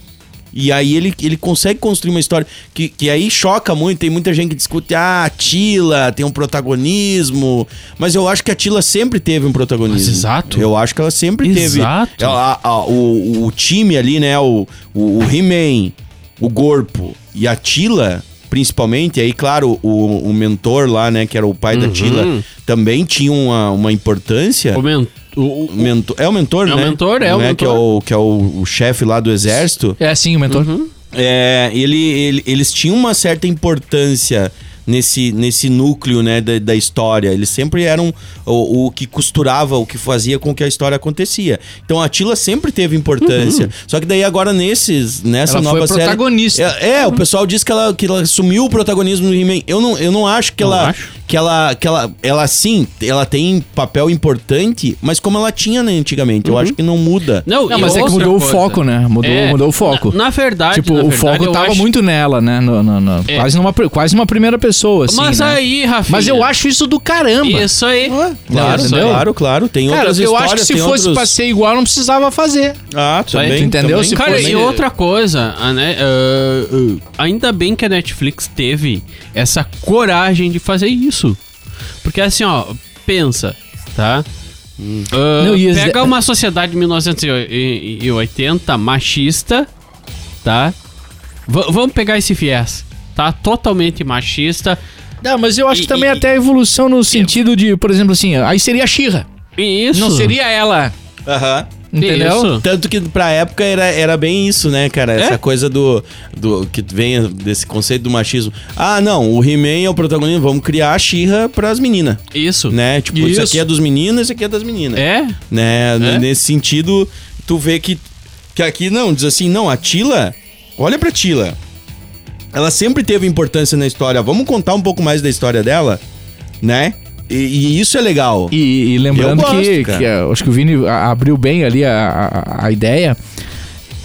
S3: E aí ele, ele consegue construir uma história que, que aí choca muito. Tem muita gente que discute, ah, a Tila tem um protagonismo. Mas eu acho que a Tila sempre teve um protagonismo.
S5: Mas exato.
S3: Eu acho que ela sempre teve.
S5: Exato.
S3: Ela- Então, a- a- o, o time ali, né? O, o, o He-Man, o Gorpo e a Tila, principalmente. Aí, claro, o, o mentor lá, né? Que era o pai
S5: Uhum.
S3: da Tila, também tinha uma, uma importância.
S5: O men- o- o-
S3: Mento- é o mentor,
S5: É o
S3: né?
S5: mentor, é o
S3: Né,
S5: mentor.
S3: Que é o, que é o, o chefe lá do exército.
S4: É assim, o mentor.
S3: É, ele, ele- eles tinham uma certa importância nesse, nesse núcleo né, da, da história. Eles sempre eram o, o que costurava, o que fazia com que a história acontecia. Então a Tila sempre teve importância. Só que daí agora nesses, nessa
S4: Uhum. Ela foi
S3: nova série...
S4: protagonista. Uhum.
S3: É, é, o pessoal diz que ela, que ela assumiu o protagonismo do He-Man. Eu não, eu não acho que
S5: Não
S3: ela...
S5: acho.
S3: Que ela, que ela, ela sim, ela tem papel importante, mas como ela tinha né, antigamente, eu acho que não muda.
S5: Não,
S4: Uhum. Não,
S5: e
S4: mas é que
S5: outra
S4: mudou
S5: coisa.
S4: o foco, né? Mudou,
S5: É,
S4: mudou o foco.
S5: Na, na verdade,
S4: tipo,
S5: na
S4: o
S5: verdade, eu
S4: foco tava
S5: acho-
S4: muito nela, né? No, no- no-
S5: É.
S4: Quase, numa, pri- quase uma primeira pessoa, assim,
S5: Mas
S4: né?
S5: aí, Rafinha.
S4: Mas eu acho é isso do caramba.
S5: Isso aí.
S3: Claro,
S5: Isso aí.
S4: entendeu?
S3: claro, claro. Tem
S4: Cara,
S3: outras
S4: eu
S3: histórias,
S4: acho que se
S3: tem
S4: fosse
S3: outros...
S4: pra ser igual, não precisava fazer.
S3: Ah, também.
S4: Tu entendeu?
S3: também.
S4: Se
S5: Cara,
S4: fosse-
S5: e outra coisa, a Ne- ah, ah, ainda bem que a Netflix teve essa coragem de fazer isso. Porque assim, ó, pensa, tá? Ah,
S4: Não, e as-
S5: pega uma sociedade de 1980 machista, tá? V- vamos pegar esse viés, tá? Totalmente machista.
S4: Não, mas eu acho
S5: E-
S4: que também
S5: e-
S4: até a evolução no sentido de, por exemplo, assim, aí seria a Xirra.
S5: E isso.
S4: Não seria ela.
S3: Aham.
S4: Entendeu?
S5: Isso.
S3: Tanto que pra época era, era bem isso, né, cara? Essa
S5: É?
S3: coisa do, do. que vem desse conceito do machismo. Ah, não, o He-Man é o protagonista, vamos criar a Xirra pras meninas.
S5: Isso.
S3: Né? Tipo, isso.
S5: Isso.
S3: aqui é dos meninos, isso aqui é das meninas.
S5: É?
S3: Né? N-
S5: É?
S3: Nesse sentido, tu vê que. Que aqui não, diz assim, não, a Tila. Olha pra Tila. Ela sempre teve importância na história. Vamos contar um pouco mais da história dela, né? E, e isso é legal.
S4: E, e lembrando
S3: Eu gosto,
S4: que,
S3: cara.
S4: que, eh, acho que o Vini a- abriu bem ali a, a- a ideia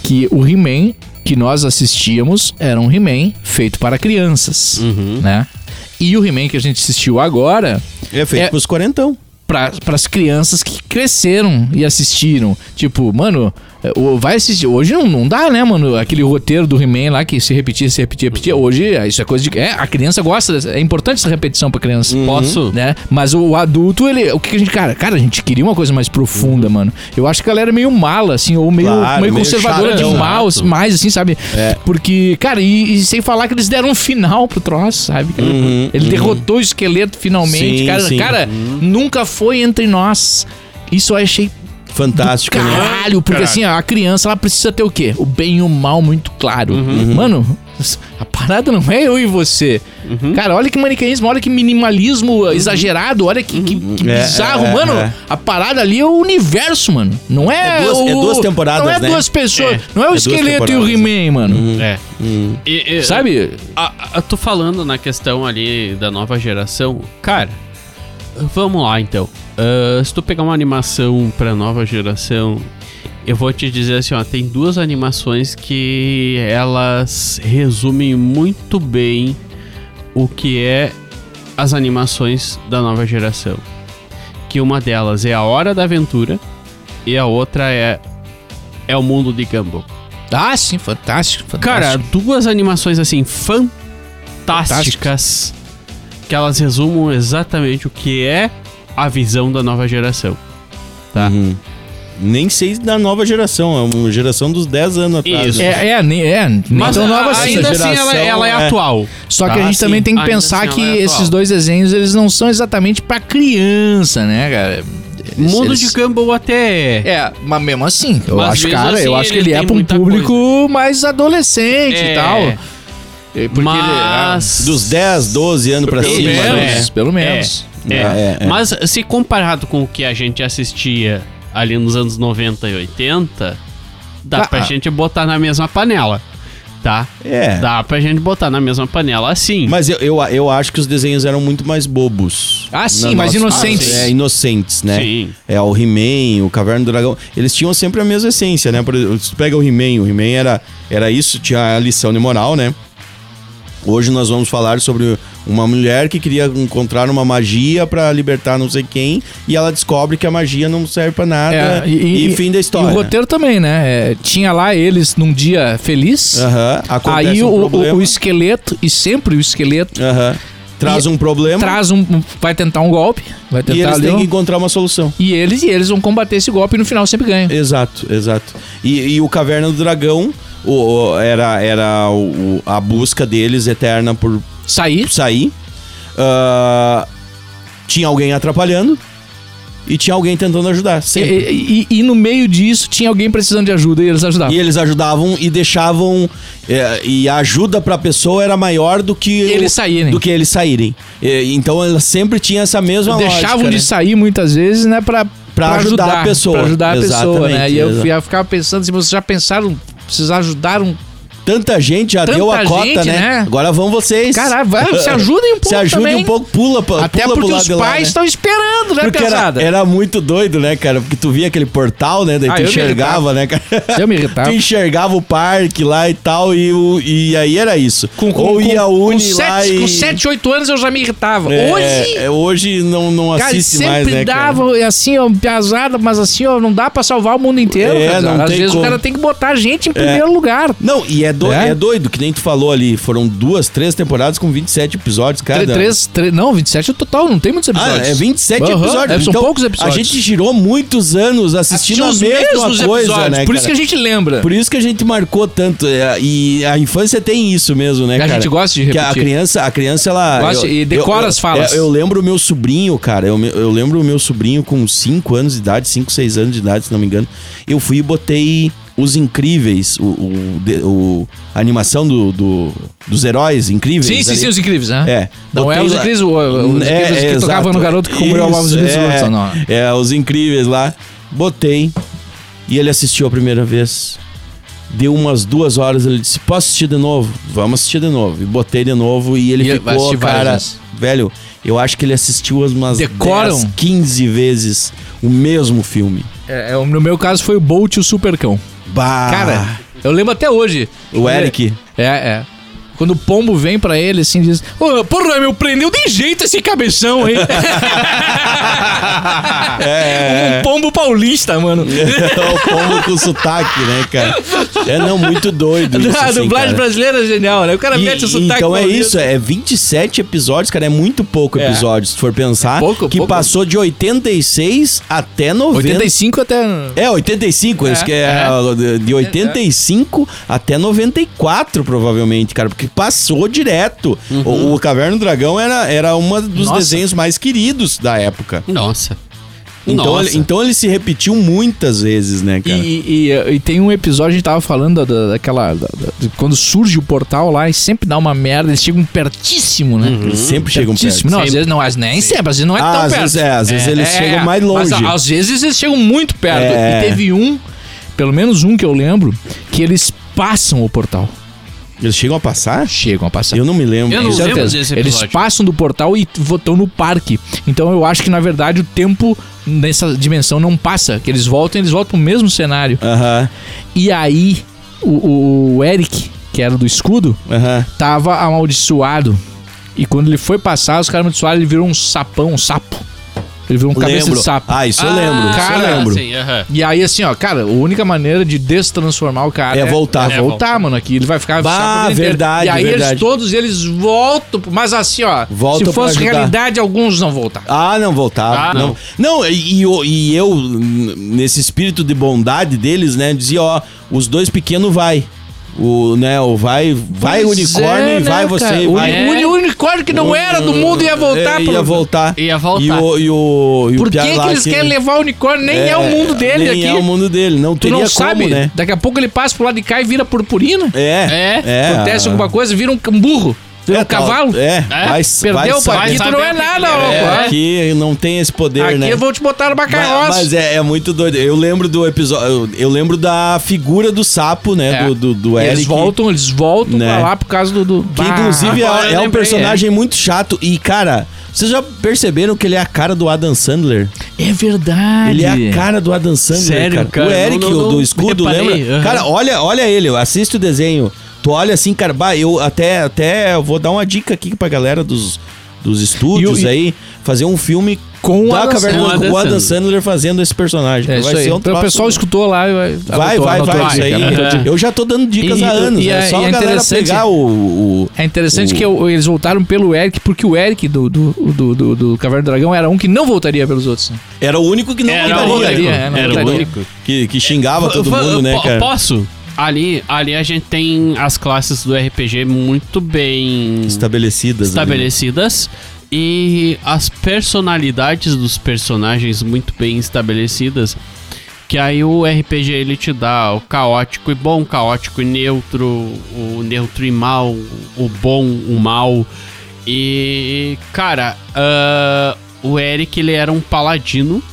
S4: que o He-Man que nós assistíamos era um He-Man feito para crianças, né? E o He-Man que a gente assistiu agora
S3: é feito
S4: é-
S3: pros quarentão.
S4: para as crianças que cresceram e assistiram. Tipo, mano, eh, o- vai assistir. Hoje não, não dá, né, mano? Aquele roteiro do He-Man lá que se repetia, se repetia, repetia. Hoje eh, isso é coisa de. É, a criança gosta. dessa- É importante essa repetição pra criança.
S3: Uhum.
S5: Posso?
S4: Né? Mas o adulto, ele. O que que a gente. Cara, cara, a gente queria uma coisa mais profunda, mano. Eu acho que a galera é meio mala, assim, ou meio,
S3: Uhum. Claro,
S4: meio
S3: meio
S4: conservadora
S3: charadão.
S4: de mal,
S5: Exato.
S4: mais, assim, sabe?
S3: É.
S4: Porque, cara, e, e sem falar que eles deram um final pro troço, sabe? cara? Ele derrotou o esqueleto finalmente.
S3: Uhum, Sim, Uhum.
S4: cara,
S3: sim.
S4: cara, nunca foi entre nós. Isso eu achei
S3: Fantástico, né?
S4: Caralho, porque assim, a criança ela precisa ter o quê? O bem e o mal muito claro.
S3: Uhum.
S4: Mano, a parada não é eu e você.
S3: Uhum.
S4: Cara, olha que maniqueísmo, olha que minimalismo exagerado, olha que, que- que
S3: É,
S4: bizarro,
S3: é,
S4: mano.
S3: é.
S4: A parada ali é o universo, mano. Não é.
S3: É duas-
S4: o-
S3: é duas temporadas,
S4: Não é
S3: né?
S4: duas pessoas.
S5: É.
S4: Não é o
S3: É duas
S4: esqueleto e o
S3: temporadas. Uhum.
S4: He-Man, mano.
S5: É. E- e-
S4: Hum. Sabe?
S5: A, a- tô falando na questão ali da nova geração. Cara, vamos lá então. Ah, se tu pegar uma animação pra nova geração, eu vou te dizer assim: ó, tem duas animações que elas resumem muito bem o que é as animações da nova geração. Que uma delas é A Hora da Aventura e a outra é É o Mundo de Gumball.
S4: Ah, sim, fantástico.
S5: Cara,
S4: fantástico.
S5: duas animações assim fantásticas que elas resumam exatamente o que é a visão da nova geração. Tá?
S3: Nem sei da nova geração, é uma geração dos 10 anos atrás.
S5: Isso.
S3: né?
S4: É, é, nem- é,
S5: Mas
S4: então
S5: a-
S4: nova sim.
S5: ainda assim ela, ela é,
S3: é.
S5: atual.
S4: Só que
S3: Tá,
S4: a gente
S3: sim.
S4: também tem que
S5: Ainda
S4: pensar
S5: assim,
S4: que
S5: ela é atual.
S4: esses dois desenhos eles não são exatamente pra criança, né, cara? Eles-
S5: Mundo
S4: eles-
S5: de Gumball até é.
S4: É, mas mesmo assim, eu
S5: Mas
S4: acho,
S5: mesmo
S4: cara, eu
S5: assim,
S4: acho que
S5: ele
S4: ele é
S5: tem
S4: pra um
S5: muita
S4: público mais adolescente
S5: É.
S4: e tal. É, porque ele- ah,
S5: mas
S3: Dos 10, 12 anos pra
S5: Pelo
S3: cima.
S5: menos.
S3: né?
S5: É.
S4: pelo menos.
S5: É,
S3: Ah, é, é.
S5: Mas se comparado com o que a gente assistia ali nos anos 90 e 80, dá
S4: Ah,
S5: pra
S4: ah.
S5: gente botar na mesma panela, tá?
S3: É.
S5: Dá pra gente botar na mesma panela
S4: É.
S5: assim.
S3: Mas eu, eu, eu acho que os desenhos eram muito mais bobos.
S4: Ah, sim,
S3: Na
S4: mas
S3: nossa-
S4: inocentes.
S3: É, inocentes, né?
S5: Sim.
S3: É, o He-Man, o Caverna do Dragão. Eles tinham sempre a mesma essência, né? Por exemplo, tu pega o He-Man, o He-Man era, era isso, tinha a lição de moral, né? Hoje nós vamos falar sobre uma mulher que queria encontrar uma magia pra libertar não sei quem e ela descobre que a magia não serve pra nada
S4: É,
S3: e, fim da história.
S4: E o roteiro também, né? É, tinha lá eles num dia feliz.
S3: Aham, acontece
S4: Aí
S3: um
S4: o- o,
S3: problema.
S4: o esqueleto, e sempre o esqueleto,
S3: Aham. Traz
S4: E-
S3: um problema
S4: traz um. Vai tentar um golpe. Vai tentar
S3: e eles
S4: ali
S3: têm
S4: um-
S3: que encontrar uma solução.
S4: E eles, e eles vão combater esse golpe e no final sempre ganham.
S3: Exato, exato. E, e o Caverna do Dragão o- o- era, era o- o- a busca deles eterna por
S4: Sair.
S3: sair. Ah, tinha alguém atrapalhando e tinha alguém tentando ajudar.
S4: E,
S3: Sempre.
S4: e, e- e no meio disso tinha alguém precisando de ajuda e eles ajudavam.
S3: E eles ajudavam e deixavam. é, e a ajuda pra pessoa era maior do que.
S4: eles
S3: o-
S4: saírem.
S3: Do que eles saírem. E- então ela sempre tinha essa mesma
S4: Deixavam
S3: lógica,
S4: de
S3: né?
S4: sair muitas vezes, né? Pra,
S3: ajudar a pessoa.
S4: Pra ajudar a pessoa, né? E eu,
S3: Exatamente,
S4: e eu ficava pensando, se vocês já pensaram, vocês ajudaram.
S3: Tanta gente já
S4: Tanta
S3: deu a
S4: gente,
S3: cota, né?
S4: né?
S3: Agora vão vocês.
S4: Caralho, vai, se ajudem um pouco.
S3: Se ajudem
S4: também.
S3: um pouco, pula, pra-
S4: Até
S3: pula pro
S4: porque
S3: lado
S4: os
S3: de lá,
S4: pais
S3: né?
S4: estão esperando, né,
S3: Porque era,
S4: pesada?
S3: era muito doido, né, cara? Porque tu via aquele portal, né? Daí
S4: Ah,
S3: tu
S4: eu me
S3: enxergava, né, cara?
S4: Eu me irritava.
S3: Tu enxergava o parque lá e tal, e, o, e aí era isso. Ou ia a Uni
S4: com
S3: lá
S4: sete,
S3: e...
S4: com 7, 8 anos eu já me irritava.
S3: É,
S4: Hoje,
S3: é, hoje não, não
S4: Cara, ele
S3: assiste
S4: sempre
S3: mais, né, cara?
S4: dava, assim, ó, piazada, mas assim, ó, não dá pra salvar o mundo inteiro.
S3: É,
S4: cara.
S3: não
S4: Às
S3: tem
S4: vezes
S3: como.
S4: o cara tem que botar a gente em primeiro lugar.
S3: Não, e é, do,
S4: É?
S3: é? doido, que nem tu falou ali. Foram duas, três temporadas com 27 episódios, cara.
S4: Tre- Três, três, não, 27 é o total, não tem muitos
S3: Ah,
S4: episódios.
S3: é 27
S4: Aham,
S3: episódios.
S4: é, são
S3: então,
S4: poucos episódios.
S3: A gente girou muitos anos assistindo
S4: Tinha
S3: a
S4: os mesmos
S3: mesma coisa,
S4: episódios,
S3: né,
S4: por isso que
S3: cara?
S4: a gente lembra.
S3: Por isso que a gente marcou tanto. é, E a infância tem isso mesmo, né,
S4: A
S3: cara?
S4: gente gosta de
S3: Que a
S4: repetir.
S3: criança, a criança ela.
S4: Gosta e decora as falas.
S3: Eu, eu lembro o meu sobrinho, cara. Eu, me- eu lembro o meu sobrinho com 5 anos de idade, 5, 6 anos de idade, se não me engano. Eu fui e botei Os Incríveis, o, o, de- o- a animação do, do- dos heróis incríveis.
S4: Sim, sim,
S3: ali.
S4: sim, os incríveis, né?
S3: É.
S4: Não é
S3: Botei
S4: os
S3: lá-
S4: incríveis, o- os
S3: É,
S4: incríveis
S3: é,
S4: que tocavam
S3: exato.
S4: no garoto que comeu
S3: Isso,
S4: ovos de
S3: é,
S4: é, não.
S3: É, os incríveis lá. Botei. E ele assistiu a primeira vez. Deu umas duas horas, ele disse, posso assistir de novo? Vamos assistir de novo. E botei de novo e ele
S4: E vai
S3: ficou,
S4: assistir várias
S3: cara...
S4: vezes.
S3: Velho, eu acho que ele assistiu umas
S4: Decoram?
S3: 10, 15 vezes o mesmo filme.
S4: É, é, no meu caso foi o Bolt e o Supercão.
S3: Bah!
S4: Cara, eu lembro até hoje.
S3: Ah. O Eric...
S4: É, é. Quando o pombo vem pra ele, assim, diz: Ô, porra, meu, prendeu de jeito esse cabeção, hein?
S3: É,
S4: Um pombo paulista, mano.
S3: o pombo com sotaque, né, cara? É, não, muito doido isso,
S4: a
S3: assim,
S4: dublagem
S3: cara.
S4: brasileira é genial, né? O cara
S3: E-
S4: mete o
S3: e
S4: sotaque
S3: então é
S4: paulista.
S3: isso, é 27 episódios, cara, é muito pouco
S4: É.
S3: episódio, se tu for pensar,
S4: É pouco,
S3: que
S4: pouco.
S3: passou de 86 até 90.
S4: 85 até.
S3: É, 85,
S4: É,
S3: isso que é,
S4: é.
S3: de 85 até 94, provavelmente, cara, porque passou direto. O, o Caverna do Dragão era, era um dos
S4: Uhum. Nossa.
S3: desenhos mais queridos da época.
S5: Nossa.
S3: Então
S5: Nossa.
S3: ele, então ele se repetiu muitas vezes, né,
S4: E,
S3: cara?
S4: e- e- e tem um episódio, a gente tava falando da, daquela. da- da- de quando surge o portal lá e sempre dá uma merda, eles chegam pertíssimo, né?
S3: Eles Uhum. sempre chegam
S4: pertíssimo.
S3: perto.
S4: Não, às
S5: Sempre.
S4: vezes não, às- nem sempre, às vezes não é
S3: Ah,
S4: tão
S3: às
S4: perto.
S3: vezes é, às vezes eles chegam mais
S4: mas
S3: longe.
S4: a- às vezes eles chegam muito perto.
S3: É.
S4: E teve um, pelo menos um que eu lembro, que eles passam o portal.
S3: Eles chegam a passar?
S4: Chegam a passar.
S3: Eu não me lembro.
S5: Eu não
S4: Com
S5: lembro
S4: certeza.
S5: desse
S4: Eles
S5: episódio.
S4: passam do portal e votam no parque. Então eu acho que, na verdade, o tempo nessa dimensão não passa. Que eles voltam, eles voltam pro mesmo cenário.
S3: Aham,
S4: E aí, o, o Eric, que era do escudo,
S3: aham.
S4: tava amaldiçoado. E quando ele foi passar, os caras amaldiçoaram, ele virou um sapão, um sapo. Ele virou um cabeça
S3: Lembro.
S4: de sapo.
S3: Ah, isso eu
S5: Ah,
S3: lembro. isso
S4: cara,
S3: eu lembro.
S5: Sim, aham.
S4: E aí, assim, ó, cara, a única maneira de destransformar o cara
S3: É voltar.
S4: É voltar, mano, aqui. Ele vai ficar.
S3: Bah,
S4: sapo a vida inteira.
S3: verdade,
S4: E aí,
S3: verdade.
S4: eles todos eles voltam. Mas assim, ó.
S3: Voltam
S4: se fosse
S3: pra ajudar.
S4: realidade, alguns não voltaram.
S3: Ah, não voltava.
S5: Ah,
S3: não.
S5: não.
S3: Não, e, e eu- e eu, n- nesse espírito de bondade deles, né, dizia, ó, os dois pequenos vai. O, né, o vai, vai
S4: Pois
S3: unicórnio
S4: é,
S3: e
S4: né,
S3: vai você,
S4: cara? O,
S3: vai.
S4: o unicórnio que não era do mundo ia voltar
S3: É,
S4: pro-
S3: ia voltar.
S5: Ia voltar.
S3: E o, e o, e o
S4: Por que,
S3: piá
S4: que
S3: lá,
S4: eles
S3: aquele-
S4: querem levar o unicórnio? Nem é, o mundo dele
S3: nem
S4: aqui.
S3: é o mundo dele. Não
S4: Tu
S3: teria
S4: não
S3: como,
S4: sabe?
S3: né?
S4: Daqui a pouco ele passa pro lado de cá e vira purpurina.
S3: É.
S5: É,
S4: Acontece alguma coisa, vira um burro. Vira
S3: É,
S4: um cavalo.
S3: Tal, é. Vai,
S4: Perdeu o
S3: vai
S4: Paquito,
S3: saber.
S5: pai. saber
S4: não é
S5: o que
S4: nada,
S5: é.
S4: ó.
S3: É,
S4: Aqui,
S3: aqui não tem esse poder, né?
S4: eu vou te botar numa
S3: Mas,
S4: carroça.
S3: mas é, é muito doido. Eu lembro do episódio. Eu lembro da figura do sapo,
S4: É.
S3: né? Do, do, do
S4: E
S3: Eric.
S4: Eles voltam, eles voltam
S3: Né?
S4: pra lá por causa do. do...
S3: Que
S4: Bah,
S3: inclusive é,
S5: agora eu
S3: é um
S5: lembrei,
S3: personagem muito chato. E, cara, vocês já perceberam que ele é a cara do Adam Sandler?
S4: É verdade.
S3: Ele é a cara do Adam Sandler,
S5: Sério,
S3: O
S5: cara?
S3: Eric,
S5: Não, não,
S3: o
S5: não
S3: do escudo,
S5: reparei,
S3: lembra?
S5: aham.
S3: Cara, olha, olha ele, assiste o desenho. Tu olha assim, cara, bah, eu até, até eu vou dar uma dica aqui pra galera dos, dos estúdios
S4: E o- e-
S3: aí, fazer um filme
S4: Com o
S3: da
S4: Adam
S3: Caverna
S5: Sandler.
S3: do-
S5: Com o
S3: com o
S5: Adam
S3: Adam Sandler fazendo esse personagem.
S4: É
S3: cara.
S4: isso aí. Então
S3: um
S4: o
S3: troço-
S4: pessoal escutou lá e vai.
S3: Vai,
S4: adotou,
S3: vai,
S4: anotou
S3: vai,
S4: Tá a
S3: isso aí.
S4: dica, né?
S5: cara.
S3: Eu já tô dando dicas
S4: E-
S3: há
S4: e-
S3: anos,
S4: e
S3: é
S4: é-
S3: só
S4: e é
S3: a galera
S4: interessante-
S3: pegar o... o-
S4: É interessante
S3: o-
S4: que eu- eles voltaram pelo Eric, porque o Eric do, do, do, do, do Caverna do Dragão era um que não voltaria pelos outros. né?
S3: Era o único que não
S5: Era
S4: não
S5: o
S3: mandaria.
S5: único.
S4: voltaria, é, não
S5: Era o
S4: voltaria.
S5: único.
S3: Que, que xingava todo
S5: Fa-
S3: mundo, né,
S5: po-
S3: cara?
S5: Posso? Ali, ali a gente tem as classes do RPG muito bem
S3: Estabelecidas. né?
S5: estabelecidas e as personalidades dos personagens muito bem estabelecidas. Que aí o RPG ele te dá o caótico e bom, caótico e neutro, o neutro e mal, o bom, o mal. E, cara, ah, o Eric ele era um paladino,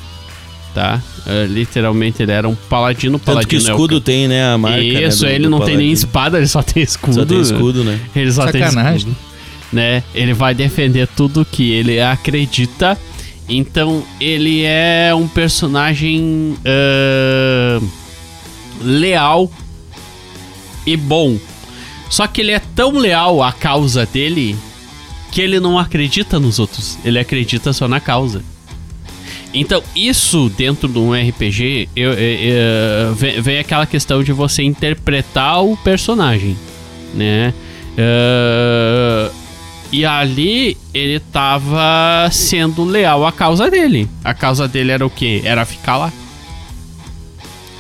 S5: tá? Ah, literalmente ele era um paladino.
S3: Tanto
S5: paladino
S3: que o
S5: é o
S3: escudo tem, né, a marca. né,
S5: isso,
S3: do-
S5: ele
S3: do
S5: não tem nem
S3: paladino.
S5: espada, ele só tem escudo.
S3: Só tem escudo, né?
S5: Ele só tem
S4: Sacanagem.
S5: escudo. Né? Ele vai defender tudo que ele acredita. Então, ele é um personagem ah, leal e bom. Só que ele é tão leal à causa dele que ele não acredita nos outros. Ele acredita só na causa. Então, isso dentro de um RPG eu- eu- eu- vem, vem aquela questão de você interpretar o personagem, né? Ah, e ali ele tava sendo leal à causa dele. A causa dele era o quê? Era ficar lá.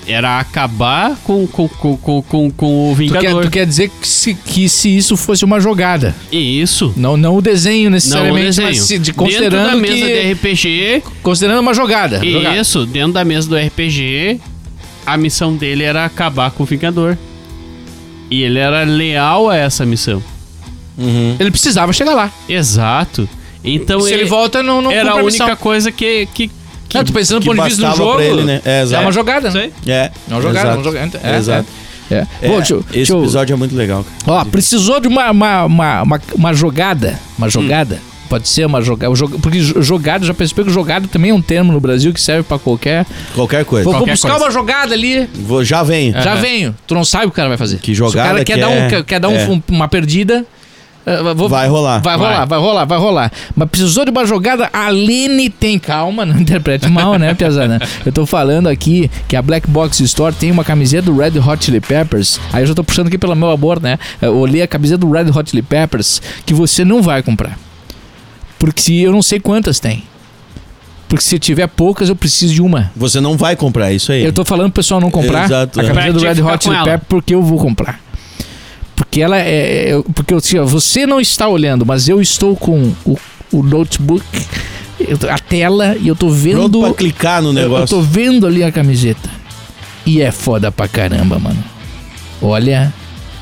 S5: Era acabar com, com, com, com, com, com o
S4: Tu quer,
S5: Vingador.
S4: tu quer dizer que se, que se isso fosse uma jogada.
S5: E isso.
S4: Não, não o desenho
S5: Não, o
S4: necessariamente,
S5: desenho.
S4: mas se, de,
S5: dentro da
S4: considerando,
S5: mesa
S4: que, Tá
S5: de RPG,
S4: considerando uma jogada. jogada.
S5: Isso, dentro da mesa do RPG, a missão dele era acabar com o Vingador. E ele era leal a essa missão.
S4: Ele precisava chegar lá.
S5: Exato. Então
S4: se ele,
S5: ele
S4: volta, não, não
S5: era a
S4: cumpre
S5: única
S4: missão.
S5: coisa que. que, que
S4: Não, tô pensando do
S3: que
S4: ponto de vista do
S3: bastava
S4: jogo.
S3: pra ele, né? É,
S4: É
S3: exato.
S4: uma jogada, né?
S3: É.
S4: É uma jogada, é
S3: exato.
S4: uma jogada. É,
S3: exato.
S4: É. é.
S3: É,
S4: Bom, deixa, eu-
S3: esse
S4: deixa eu-
S3: episódio é muito legal. cara.
S4: Ó, precisou de uma, uma, uma, uma, uma jogada.
S3: Hum.
S4: Uma jogada. Pode ser uma jogada. Porque jo- jogada, já percebeu que jogada também é um termo no Brasil que serve pra qualquer.
S3: Qualquer coisa.
S4: Vou, vou
S5: Qualquer
S4: buscar
S5: coisa.
S4: uma jogada ali.
S3: Vou- já vem.
S4: Já
S5: Aham.
S4: venho. Tu não sabe o que o cara vai fazer.
S3: Que
S4: Se
S3: jogada
S4: o cara quer
S3: que
S4: dar, um,
S3: é.
S4: quer- quer dar um-
S3: É.
S4: um- uma perdida. eh, vou-
S3: Vai rolar.
S4: Vai rolar, vai.
S5: Vai.
S4: rolar, vai rolar. Mas precisou de uma jogada. A Lene tem calma, não interprete mal, né, Piazana? Eu tô falando aqui que a Black Box Store tem uma camiseta do Red Hot Chili Peppers. Aí eu já tô puxando aqui pelo meu amor, né? Eu olhei a camiseta do Red Hot Chili Peppers que você não vai comprar. Porque se eu não sei quantas tem. Porque se tiver poucas, eu preciso de uma.
S3: Você não vai comprar isso aí.
S4: Eu tô falando pro pessoal não comprar
S3: Exato,
S4: a
S3: é.
S4: camisa
S5: Pra
S4: do
S5: te
S4: Red
S5: ficar
S4: Hot
S5: com
S4: Chili
S5: ela.
S4: Peppers porque eu vou comprar. Porque ela é. é- Porque assim, ó, você não está olhando, mas eu estou com o, o notebook eu tô- a tela e eu tô
S3: Pronto
S4: vendo.
S3: pra clicar no
S4: Eu, eu
S3: um negócio.
S4: tô vendo ali a camiseta. E é foda pra caramba, mano. Olha.